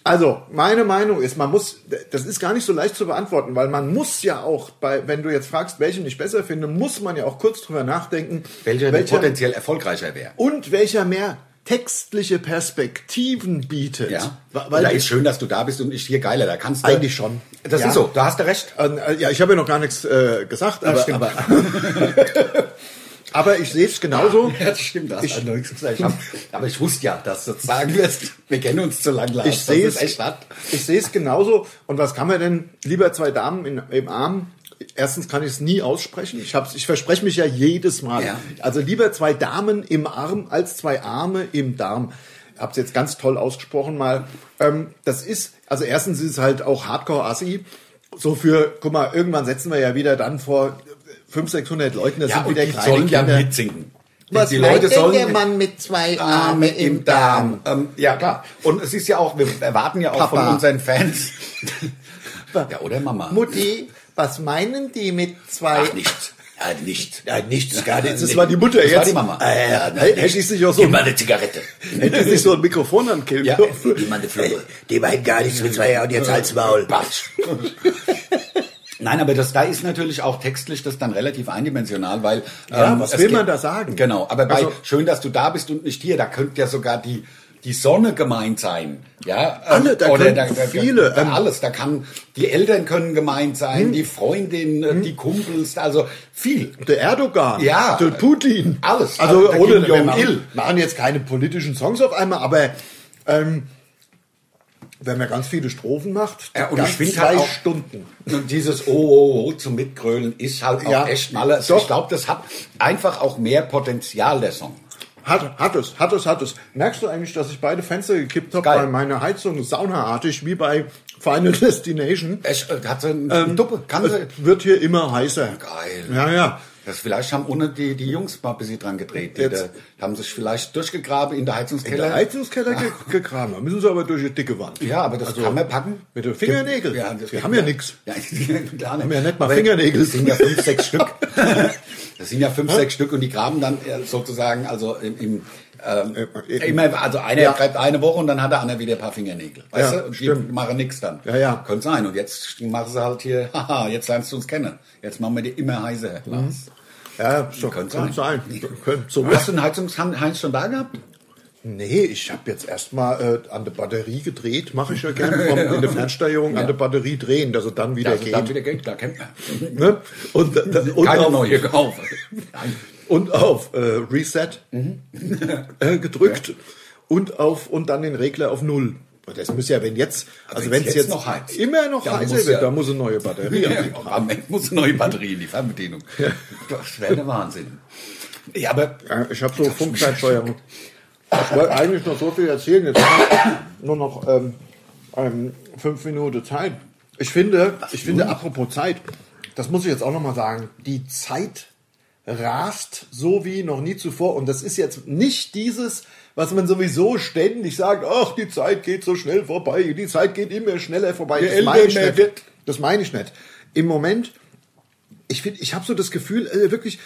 Speaker 3: Also, meine Meinung ist, man muss, das ist gar nicht so leicht zu beantworten, weil man muss ja auch, bei, wenn du jetzt fragst, welchen ich besser finde, muss man ja auch kurz drüber nachdenken,
Speaker 2: Welcher, Oh, denn potenziell erfolgreicher wäre.
Speaker 3: und welcher mehr textliche Perspektiven bietet.
Speaker 2: Ja.
Speaker 3: Wa-
Speaker 2: da ist schön, dass du da bist und ich hier geiler. Da kannst du.
Speaker 3: Eigentlich schon.
Speaker 2: Also, Das
Speaker 3: Ja.
Speaker 2: ist so. Da hast du recht.
Speaker 3: Ähm, äh, Ja, ich habe ja noch gar nichts äh, gesagt, aber,
Speaker 2: stimmt.
Speaker 3: aber, aber ich sehe es genauso.
Speaker 2: das stimmt. Da hast
Speaker 3: Ich-
Speaker 2: du nichts gesagt. Ich hab, aber ich wusste ja, dass du das sagen wirst. Wir kennen uns zu lang, Lars.
Speaker 3: Ich sehe
Speaker 2: Das
Speaker 3: es
Speaker 2: ist echt hart.
Speaker 3: Ich sehe es genauso. Und was kann man denn lieber zwei Damen in, im Arm? Erstens kann ich es nie aussprechen. Ich, hab's, ich verspreche mich ja jedes Mal.
Speaker 2: Ja.
Speaker 3: Also lieber zwei Damen im Arm als zwei Arme im Darm. Ich habe es jetzt ganz toll ausgesprochen mal. Ähm, das ist, also erstens ist es halt auch Hardcore-Assi. So für, guck mal, irgendwann setzen wir ja wieder dann vor 500, 600 Leuten. Das
Speaker 2: Ja,
Speaker 3: sind
Speaker 2: und
Speaker 3: wieder
Speaker 2: die
Speaker 3: kleine
Speaker 2: sollen ja
Speaker 3: Kinder.
Speaker 2: mitsingen.
Speaker 3: Was
Speaker 2: die Leute sollen Ah,
Speaker 3: der Mann mit zwei Arme im Darm?
Speaker 2: Ähm, ja, klar. Und es ist ja auch, wir erwarten ja auch
Speaker 3: Papa.
Speaker 2: von unseren Fans. ja, oder Mama.
Speaker 3: Mutti, was meinen die mit zwei
Speaker 2: Ach, nichts. Ja, nichts. Ja, nichts. Gar nichts.
Speaker 3: Das war die Mutter
Speaker 2: das
Speaker 3: jetzt.
Speaker 2: War die Mama.
Speaker 3: Ah, ja, ja. Hätte ich sich auch so-
Speaker 2: Gib mal eine Zigarette.
Speaker 3: Hätte sich so ein Mikrofon an Kill
Speaker 2: Ja.
Speaker 1: Die Mann, die meinen gar nichts mit zwei und jetzt als Maul. Batsch.
Speaker 2: Nein, aber das da ist natürlich auch textlich das dann relativ eindimensional, weil ähm,
Speaker 3: Ja, was
Speaker 2: es
Speaker 3: will
Speaker 2: geht-
Speaker 3: man da sagen?
Speaker 2: Genau, aber bei
Speaker 3: Also-
Speaker 2: schön, dass du da bist und nicht hier, da könnte ja sogar die die Sonne gemeint sein, ja. ähm,
Speaker 3: Alle, da können viele,
Speaker 2: Da,
Speaker 3: ähm, Hm.
Speaker 2: alles, da kann die Eltern können gemeint sein, die Freundin, äh, die Kumpels, also viel.
Speaker 3: Der Erdogan,
Speaker 2: Ja.
Speaker 3: der Putin,
Speaker 2: Alles.
Speaker 3: Also
Speaker 2: Der
Speaker 3: ohne
Speaker 2: Kim Jong-il.
Speaker 3: Jong-il. Machen jetzt keine politischen Songs auf einmal, aber ähm, wenn man ganz viele Strophen macht,
Speaker 2: Ja, und
Speaker 3: ganz
Speaker 2: ich finde
Speaker 3: zwei
Speaker 2: halt auch-
Speaker 3: Stunden.
Speaker 2: Und dieses Oh, oh, oh zum Mitgrölen ist halt auch
Speaker 3: Ja,
Speaker 2: echt schnaller. Ich
Speaker 3: doch.
Speaker 2: glaube, das hat einfach auch mehr Potenzial, der Song.
Speaker 3: Hat, hat es, hat es, hat es. Merkst du eigentlich, dass ich beide Fenster gekippt habe,
Speaker 2: Geil.
Speaker 3: weil meine Heizung saunaartig wie bei Final Destination
Speaker 2: Echt, äh, hat so eine
Speaker 3: Ähm,
Speaker 2: Duppe, kann sie.
Speaker 3: es wird hier immer heißer.
Speaker 2: Also Geil.
Speaker 3: Ja, ja.
Speaker 2: Das vielleicht haben ohne die, die Jungs mal ein bisschen dran gedreht. Die,
Speaker 3: Jetzt.
Speaker 2: da, haben sich vielleicht durchgegraben in der
Speaker 3: In
Speaker 2: Heizungskeller.
Speaker 3: der Heizungskeller ge gekramt. Da müssen sie aber durch die dicke Wand.
Speaker 2: Ah. ja, aber das kann man packen.
Speaker 3: Also Mit den Fingernägeln.
Speaker 2: Ja, das-
Speaker 3: Wir haben ja nichts.
Speaker 2: Ja, klar nicht.
Speaker 3: Haben ja nicht mal
Speaker 2: Aber
Speaker 3: Fingernägel.
Speaker 2: Das sind ja fünf, sechs Stück. Das sind ja fünf, sechs Stück und die graben dann äh, sozusagen, also im, im ähm,
Speaker 3: Äh, äh,
Speaker 2: immer, also einer
Speaker 3: Ja.
Speaker 2: greift eine Woche und dann hat der andere wieder ein paar Fingernägel. Weißt
Speaker 3: Ja,
Speaker 2: du? Und
Speaker 3: stimmt.
Speaker 2: die machen nichts dann.
Speaker 3: Ja, ja.
Speaker 2: Könnte sein. Und jetzt machen sie halt hier, haha, jetzt lernst du uns kennen. Jetzt machen wir die immer heißer, Lars.
Speaker 3: Ja, so,
Speaker 2: Könnte
Speaker 3: könnte sein.
Speaker 2: sein.
Speaker 3: So, könnte- so
Speaker 2: Hast du einen Heizungshahn Heinz schon da gehabt?
Speaker 3: Nee, ich habe jetzt erstmal äh, an der Batterie gedreht. Mache ich ja gerne vom, in der Fernsteuerung an der Batterie drehen, dass er dann wieder
Speaker 2: Also
Speaker 3: geht.
Speaker 2: dann wieder Geld, klar, kennt man.
Speaker 3: ne? und, äh, und,
Speaker 2: Keine
Speaker 3: auf,
Speaker 2: neue Kauf. Nein.
Speaker 3: und auf äh, Reset äh, gedrückt und auf und dann den Regler auf Null. Und Das muss ja, wenn jetzt, also wenn
Speaker 2: wenn's
Speaker 3: es
Speaker 2: jetzt
Speaker 3: jetzt,
Speaker 2: noch heizt.
Speaker 3: immer noch
Speaker 2: Dann
Speaker 3: heißer
Speaker 2: muss
Speaker 3: wird,
Speaker 2: ja-
Speaker 3: dann muss eine neue Batterie.
Speaker 2: Ja,
Speaker 3: an.
Speaker 2: am Ende muss eine neue Batterie in die Fernbedienung. Das wäre der Wahnsinn. Ja, aber
Speaker 3: Ja, ich habe so Funkzeitsteuerung. Ich wollte eigentlich noch so viel erzählen. Jetzt haben wir nur noch ähm, ähm, fünf Minuten Zeit. Ich finde, ich finde, apropos Zeit, das muss ich jetzt auch nochmal sagen, die Zeit rast so wie noch nie zuvor. Und das ist jetzt nicht dieses, was man sowieso ständig sagt, ach, die Zeit geht so schnell vorbei, die Zeit geht immer schneller vorbei.
Speaker 2: Je
Speaker 3: Das meine ich
Speaker 2: älter man
Speaker 3: nicht.
Speaker 2: wird.
Speaker 3: Das meine ich nicht. Im Moment ich finde, ich habe so das Gefühl, äh, wirklich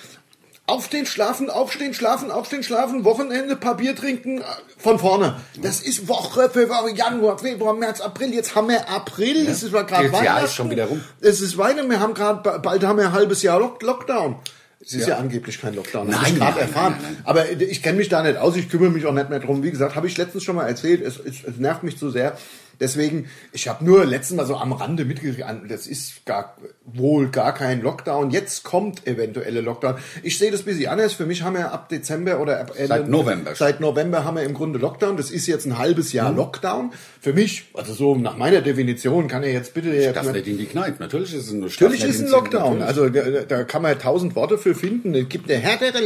Speaker 3: aufstehen, schlafen, aufstehen, schlafen, aufstehen, schlafen, Wochenende, Papier trinken, äh, von vorne. Das ist Woche für Woche, Januar, Februar, März, April, jetzt haben wir April, es ist gerade
Speaker 2: Jetzt
Speaker 3: Weihnachten.
Speaker 2: Jahr ist schon wieder rum.
Speaker 3: Es ist Weihnachten, wir haben gerade, bald haben wir ein halbes Jahr Lock Lockdown. Es ist ja. angeblich kein Lockdown, habe
Speaker 2: Nein,
Speaker 3: ich gerade
Speaker 2: nein,
Speaker 3: erfahren.
Speaker 2: nein, nein, nein.
Speaker 3: Aber äh, ich kenne mich da nicht aus, ich kümmere mich auch nicht mehr drum. Wie gesagt, habe ich letztens schon mal erzählt, es, es, es nervt mich zu sehr. Deswegen, ich habe nur letztens mal so am Rande mitgekriegt, an- das ist gar, wohl gar kein Lockdown. Jetzt kommt eventuelle Lockdown. Ich sehe das ein bisschen anders. Für mich haben wir ab Dezember oder ab Ende,
Speaker 2: Seit November. Mhm.
Speaker 3: Seit November haben wir im Grunde Lockdown. Das ist jetzt ein halbes Jahr Lockdown. Für mich, also so nach meiner Definition, kann er jetzt bitte...
Speaker 2: ich darf nicht in die Kneipe. Natürlich ist es ein
Speaker 3: Natürlich ist ein Lockdown. Also da da kann man tausend Worte für finden. Es gibt eine härtere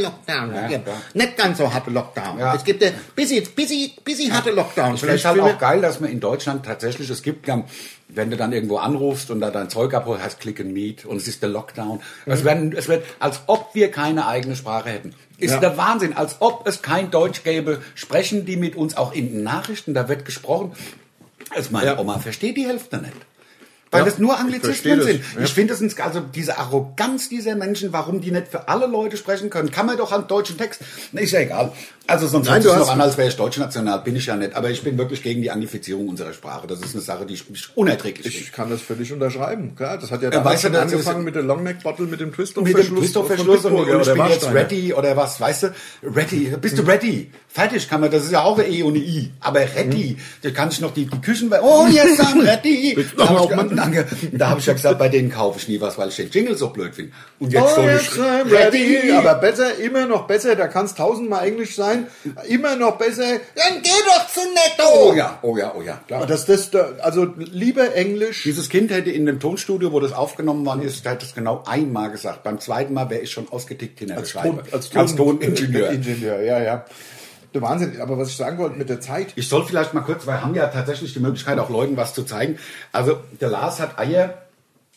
Speaker 2: Ja,
Speaker 3: Lockdown. Ja,
Speaker 2: ja.
Speaker 3: Nicht ganz so harte Lockdown.
Speaker 2: Ja.
Speaker 3: Es gibt eine bisschen, bisschen, bisschen harte Lockdown.
Speaker 2: Ich finde es halt
Speaker 3: will
Speaker 2: auch geil, dass man in Deutschland tatsächlich, es gibt, dann, wenn du dann irgendwo anrufst und da dein Zeug abholst, heißt Click and Meet und es ist der Lockdown.
Speaker 3: Mhm.
Speaker 2: Es, werden, es wird, als ob wir keine eigene Sprache hätten. Ist
Speaker 3: Ja.
Speaker 2: der Wahnsinn, als ob es kein Deutsch gäbe, sprechen die mit uns auch in den Nachrichten, da wird gesprochen. Also meine
Speaker 3: Ja.
Speaker 2: Oma versteht die Hälfte nicht. Weil
Speaker 3: Ja,
Speaker 2: das nur
Speaker 3: ich
Speaker 2: Anglizismen
Speaker 3: verstehe
Speaker 2: sind.
Speaker 3: das,
Speaker 2: Ich finde es ins- also diese Arroganz dieser Menschen, warum die nicht für alle Leute sprechen können, kann man doch an deutschen Text. Na, Ist ja egal. Also sonst
Speaker 3: Nein,
Speaker 2: hört
Speaker 3: du
Speaker 2: sich's
Speaker 3: hast-
Speaker 2: noch an, als wäre ich deutschnational, bin ich ja nicht. Aber ich bin wirklich gegen die Anglifizierung unserer Sprache. Das ist eine Sache, die ich mich unerträglich
Speaker 3: Ich
Speaker 2: finde.
Speaker 3: kann das völlig unterschreiben. Klar, das hat ja,
Speaker 2: Ja,
Speaker 3: damals
Speaker 2: weißt du,
Speaker 3: schon
Speaker 2: das
Speaker 3: angefangen
Speaker 2: ist-
Speaker 3: mit der Long Neck Bottle, mit dem Twist
Speaker 2: Mit dem Christoph-Verschluss und, und ich bin jetzt ready oder was, weißt du? Ready, bist du ready? Fertig kann man, das ist ja auch eine E und eine I. Aber ready, da kann ich noch die, die Küchen, oh, jetzt dann ready.
Speaker 3: Mhm. Willst du
Speaker 2: Da
Speaker 3: noch
Speaker 2: habe ich,
Speaker 3: mal-
Speaker 2: ge- danke. da hab ich ja gesagt, bei denen kaufe ich nie was, weil ich den Jingle so blöd finde. Und jetzt
Speaker 3: Jetzt oh,
Speaker 2: soll
Speaker 3: jetzt
Speaker 2: ich
Speaker 3: I'm ready. Aber besser, immer noch besser. Da kann es tausendmal Englisch sein. Immer noch besser. Dann geh doch zu Netto.
Speaker 2: oh ja, oh ja, oh ja.
Speaker 3: Klar. Das, das, da- also lieber Englisch.
Speaker 2: Dieses Kind hätte in dem Tonstudio, wo das aufgenommen worden ist, hätte es genau einmal gesagt. Beim zweiten Mal wäre ich schon ausgetickt hinter der Scheibe. als Äh, Toningenieur.
Speaker 3: äh, Ingenieur, ja, ja. Der Wahnsinn, aber was ich sagen wollte mit der Zeit.
Speaker 2: Ich soll vielleicht mal kurz, weil wir haben ja tatsächlich die Möglichkeit, auch Leuten was zu zeigen. Also der Lars hat Eier.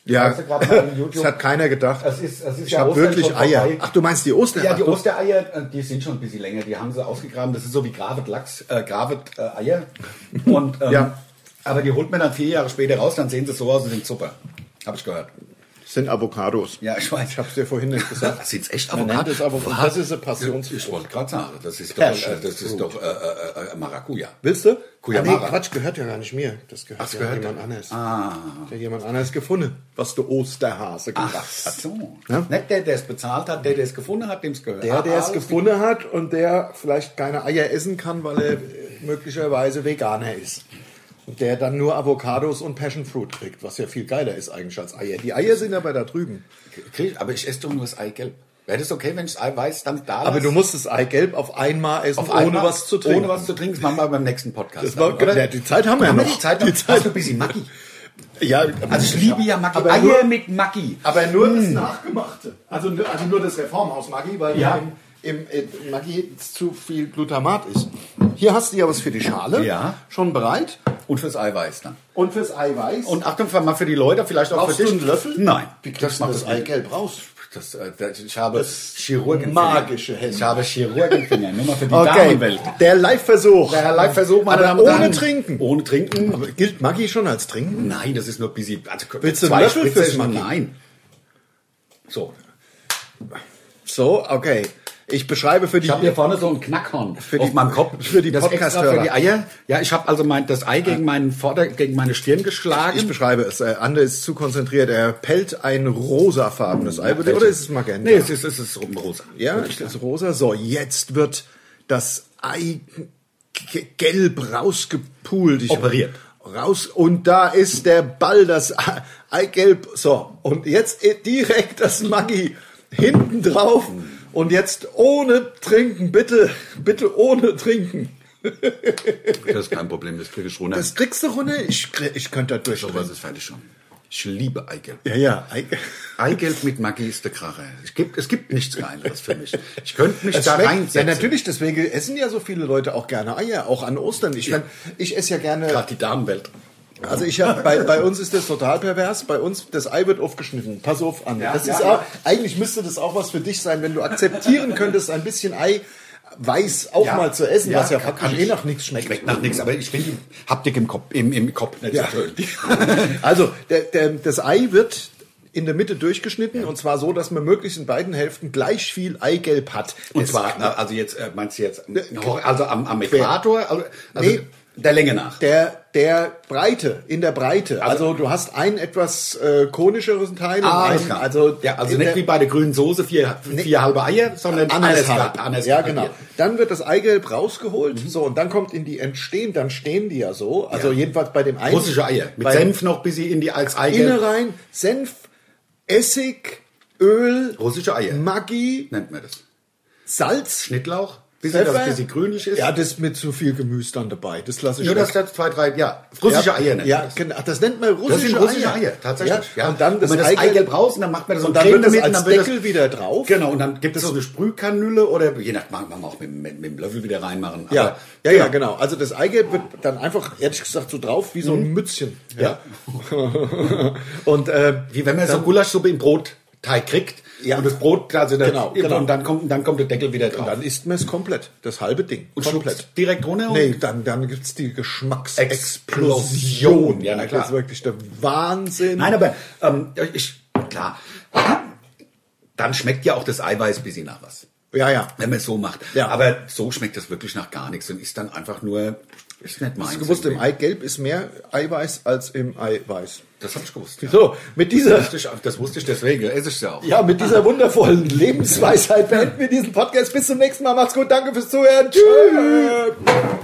Speaker 2: Weißt du, gerade bei dem YouTube-
Speaker 3: das hat keiner gedacht.
Speaker 2: Es ist, es ist
Speaker 3: ich habe
Speaker 2: Ostern
Speaker 3: wirklich
Speaker 2: schon
Speaker 3: Eier.
Speaker 2: vorbei.
Speaker 3: Ach, du meinst die Ostern?
Speaker 2: Ja, die
Speaker 3: Ach, du-
Speaker 2: Ostereier, äh, die sind schon ein bisschen länger. Die haben sie ausgegraben. Das ist so wie Gravet Lachs, äh, Gravet äh, Eier. Und, ähm,
Speaker 3: Ja.
Speaker 2: Aber die holt man dann vier Jahre später raus, dann sehen sie so aus und sind super. Habe ich gehört.
Speaker 3: Das sind Avocados.
Speaker 2: Ja, ich weiß.
Speaker 3: Ich habe es dir vorhin nicht gesagt.
Speaker 2: Das sind echt
Speaker 3: Man nennt
Speaker 2: Avocado.
Speaker 3: es Avocado. Das ist eine Passionsfrucht.
Speaker 2: Ich wollte gerade sagen, das ist doch,
Speaker 3: Passion
Speaker 2: äh, das ist doch äh, äh, äh, Maracuja.
Speaker 3: Willst du? Ah,
Speaker 2: Kuyamara.
Speaker 3: Quatsch, gehört ja gar nicht mir. Das gehört,
Speaker 2: Ach, das
Speaker 3: ja
Speaker 2: gehört-
Speaker 3: jemand anderes. Ah. Der jemand anderes gefunden, was der Osterhase
Speaker 2: Ach
Speaker 3: gebracht hat.
Speaker 2: so.
Speaker 3: Ja?
Speaker 2: Nicht der, der es bezahlt hat, der, der es gefunden hat, dem es gehört.
Speaker 3: Der, der
Speaker 2: Ah,
Speaker 3: es gefunden hat und der vielleicht keine Eier essen kann, weil er äh, möglicherweise Veganer ist. Und der dann nur Avocados und Passion Fruit kriegt, was ja viel geiler ist eigentlich als Eier. Die Eier sind aber da drüben.
Speaker 2: Krieg, aber ich esse doch nur das Eigelb. Wäre das okay, wenn ich das Eiweiß dann da
Speaker 3: Aber
Speaker 2: lasse?
Speaker 3: du musst das Eigelb auf einmal essen,
Speaker 2: Auf
Speaker 3: ohne
Speaker 2: einmal-
Speaker 3: was zu trinken.
Speaker 2: Ohne was zu trinken, das machen wir beim nächsten Podcast.
Speaker 3: Das war-
Speaker 2: dann, oder?
Speaker 3: Ja, die Zeit haben wir ja
Speaker 2: Haben wir
Speaker 3: noch.
Speaker 2: die Zeit noch?
Speaker 3: Die Zeit-
Speaker 2: Hast du ein bisschen Maggi?
Speaker 3: ja,
Speaker 2: Also ich liebe ja Maggi.
Speaker 3: Aber
Speaker 2: Eier
Speaker 3: nur-
Speaker 2: mit Hm. Maggi.
Speaker 3: Aber nur das Nachgemachte. Also, nur- also nur das Reformhaus Maggi, weil
Speaker 2: Ja.
Speaker 3: ja. im, im, im Maggi zu viel Glutamat ist. Hier hast du ja was für die Schale.
Speaker 2: Ja.
Speaker 3: Schon bereit.
Speaker 2: Und fürs Eiweiß dann.
Speaker 3: Und fürs Eiweiß.
Speaker 2: Und Achtung, mal für die Leute, vielleicht auch
Speaker 3: Brauchst
Speaker 2: für dich.
Speaker 3: du einen Löffel?
Speaker 2: Nein.
Speaker 3: Wie kriegst du das Eigelb raus?
Speaker 2: Das, äh, das, ich habe Chirurgen.
Speaker 3: magische Hände.
Speaker 2: Hände. Ich habe Chirurgenfinger, nur mal für die Damenwelt.
Speaker 3: der Live-Versuch.
Speaker 2: Der Live-Versuch, meine
Speaker 3: Aber
Speaker 2: Damen und
Speaker 3: ohne
Speaker 2: Herren.
Speaker 3: Trinken.
Speaker 2: Ohne Trinken.
Speaker 3: Aber gilt Maggi schon als Trinken?
Speaker 2: Nein, das ist nur ein bisschen. Also,
Speaker 3: Willst du
Speaker 2: zwei
Speaker 3: einen Löffel
Speaker 2: Spritzer
Speaker 3: fürs
Speaker 2: ist schon-
Speaker 3: Maggi?
Speaker 2: Nein. So.
Speaker 3: So, okay. Ich beschreibe für die...
Speaker 2: Ich habe hier vorne so ein Knackhorn
Speaker 3: die-
Speaker 2: auf meinem Kopf.
Speaker 3: für die
Speaker 2: Das extra
Speaker 3: Podcast-Hörer.
Speaker 2: Für die Eier. Ja, ich habe also mein, das Ei gegen, meinen Vorder-, gegen meine Stirn geschlagen.
Speaker 3: ich beschreibe es. Äh, Ander ist zu konzentriert. Er pellt ein rosafarbenes Ei.
Speaker 2: welches?
Speaker 3: Oder ist es Magenta?
Speaker 2: Nee, es ist, es ist rosa.
Speaker 3: also Ja, das ist rosa. So, jetzt wird das Ei g- gelb rausgepult. Ich
Speaker 2: Operiert.
Speaker 3: Raus und da ist der Ball, das Ei- Eigelb. So, und jetzt i- direkt das Maggi hinten drauf. Und jetzt ohne trinken, bitte, bitte ohne trinken.
Speaker 2: Das ist kein Problem, das kriege ich runter.
Speaker 3: Das kriegst du runter? Ich, krie- ich könnte da durch.
Speaker 2: so was ist fertig schon. Ich liebe Eigelb.
Speaker 3: Ja, ja, Eigelb.
Speaker 2: Eigelb mit Maggi ist der Kracher. Es gibt, es gibt nichts Geileres für mich. Ich könnte mich
Speaker 3: Es
Speaker 2: da
Speaker 3: schmeckt-
Speaker 2: reinsetzen.
Speaker 3: ja, natürlich, deswegen essen ja so viele Leute auch gerne Eier, auch an Ostern. Ich, mein, ich esse ja gerne.
Speaker 2: Gerade die Damenwelt.
Speaker 3: Also ich hab, bei, bei uns ist das total pervers. Bei uns, das Ei wird aufgeschnitten. Pass auf, Anne. das ist auch, eigentlich müsste das auch was für dich sein, wenn du akzeptieren könntest, ein bisschen Ei weiß auch mal zu essen, was ja
Speaker 2: kann-
Speaker 3: praktisch
Speaker 2: kann
Speaker 3: eh
Speaker 2: ich.
Speaker 3: nach nichts schmeckt.
Speaker 2: Schmeckt nach nichts, aber ich finde die Haptik im Kopf, im, im Kopf nicht
Speaker 3: Ja.
Speaker 2: so schön.
Speaker 3: Also, der, der, das Ei wird in der Mitte durchgeschnitten und zwar so, dass man möglichst in beiden Hälften gleich viel Eigelb hat.
Speaker 2: Und
Speaker 3: Es- Ne,
Speaker 2: zwar, na, also jetzt, äh, meinst du jetzt, äh, also am, am Äquator, also, also
Speaker 3: Nee.
Speaker 2: der Länge nach.
Speaker 3: Der, der Breite, in der Breite. Also,
Speaker 2: Also-
Speaker 3: du hast einen etwas äh, konischeren Teil. und einen-
Speaker 2: alles klar.
Speaker 3: also,
Speaker 2: Ah, ja, also
Speaker 3: in
Speaker 2: nicht
Speaker 3: der-
Speaker 2: wie bei der grünen Soße vier, vier halbe Eier, sondern
Speaker 3: andershalb.
Speaker 2: Andershalb.
Speaker 3: Ja, genau. Dann wird das Eigelb rausgeholt. So, und dann kommt in die entstehen, dann stehen die ja so. Also, jedenfalls bei dem einen.
Speaker 2: Russische Eier. Mit
Speaker 3: bei
Speaker 2: Senf noch bis sie in die als Eigelb.
Speaker 3: Innerein, Senf, Essig, Öl,
Speaker 2: Russische Eier.
Speaker 3: Maggi,
Speaker 2: nennt man das.
Speaker 3: Salz.
Speaker 2: Schnittlauch. Bis sie,
Speaker 3: Pfeffer.
Speaker 2: dass, bis sie grünlich ist.
Speaker 3: Ja, das mit zu viel Gemüse dann dabei. Das lasse ich
Speaker 2: Nur,
Speaker 3: weg.
Speaker 2: dass das zwei, drei, ja. Russische
Speaker 3: ja,
Speaker 2: Eier nennt
Speaker 3: Ja,
Speaker 2: man das.
Speaker 3: genau. Ach, das nennt man russische,
Speaker 2: Das sind russische Eier, tatsächlich.
Speaker 3: Ja. Und dann das,
Speaker 2: Wenn man das Eigelb, raus und dann macht man das so
Speaker 3: und dann
Speaker 2: Creme
Speaker 3: wird das
Speaker 2: damit und
Speaker 3: als
Speaker 2: dann wird das-
Speaker 3: Deckel wieder drauf.
Speaker 2: Genau, und dann gibt es so eine Sprühkanüle oder je nach, machen wir auch mit, mit, mit dem Löffel wieder reinmachen.
Speaker 3: Ja,
Speaker 2: Aber-
Speaker 3: ja, ja, genau. Also das Eigelb wird dann einfach, ehrlich gesagt, so drauf wie so ein Mützchen.
Speaker 2: Ja.
Speaker 3: und äh,
Speaker 2: Wie wenn man so Gulaschsuppe im Brotteig kriegt.
Speaker 3: Ja.
Speaker 2: Und das Brot, also der,
Speaker 3: Genau, genau.
Speaker 2: Und dann kommt, dann kommt der Deckel wieder drauf.
Speaker 3: dann isst man es komplett. Das halbe Ding.
Speaker 2: Und
Speaker 3: komplett.
Speaker 2: schluckt direkt runter? und-
Speaker 3: Nee, dann, dann gibt's die Geschmacksexplosion.
Speaker 2: Explosion. Ja, na klar.
Speaker 3: Das ist wirklich der Wahnsinn.
Speaker 2: Nein, aber ähm, ich, klar. Dann schmeckt ja auch das Eiweiß ein bisschen nach was.
Speaker 3: ja, ja.
Speaker 2: Wenn man es so macht.
Speaker 3: Ja.
Speaker 2: Aber so schmeckt das wirklich nach gar nichts und ist dann einfach nur, ist nicht meins.
Speaker 3: Hast du gewusst, im
Speaker 2: irgendwie.
Speaker 3: Eigelb ist mehr Eiweiß als im Eiweiß.
Speaker 2: Das hab ich gewusst. Ja.
Speaker 3: So, mit dieser
Speaker 2: Das wusste ich, das wusste ich deswegen, esse ich ja auch.
Speaker 3: Ja, mit dieser wundervollen Lebensweisheit beenden wir diesen Podcast. Bis zum nächsten Mal. Macht's gut. Danke fürs Zuhören. Tschüss.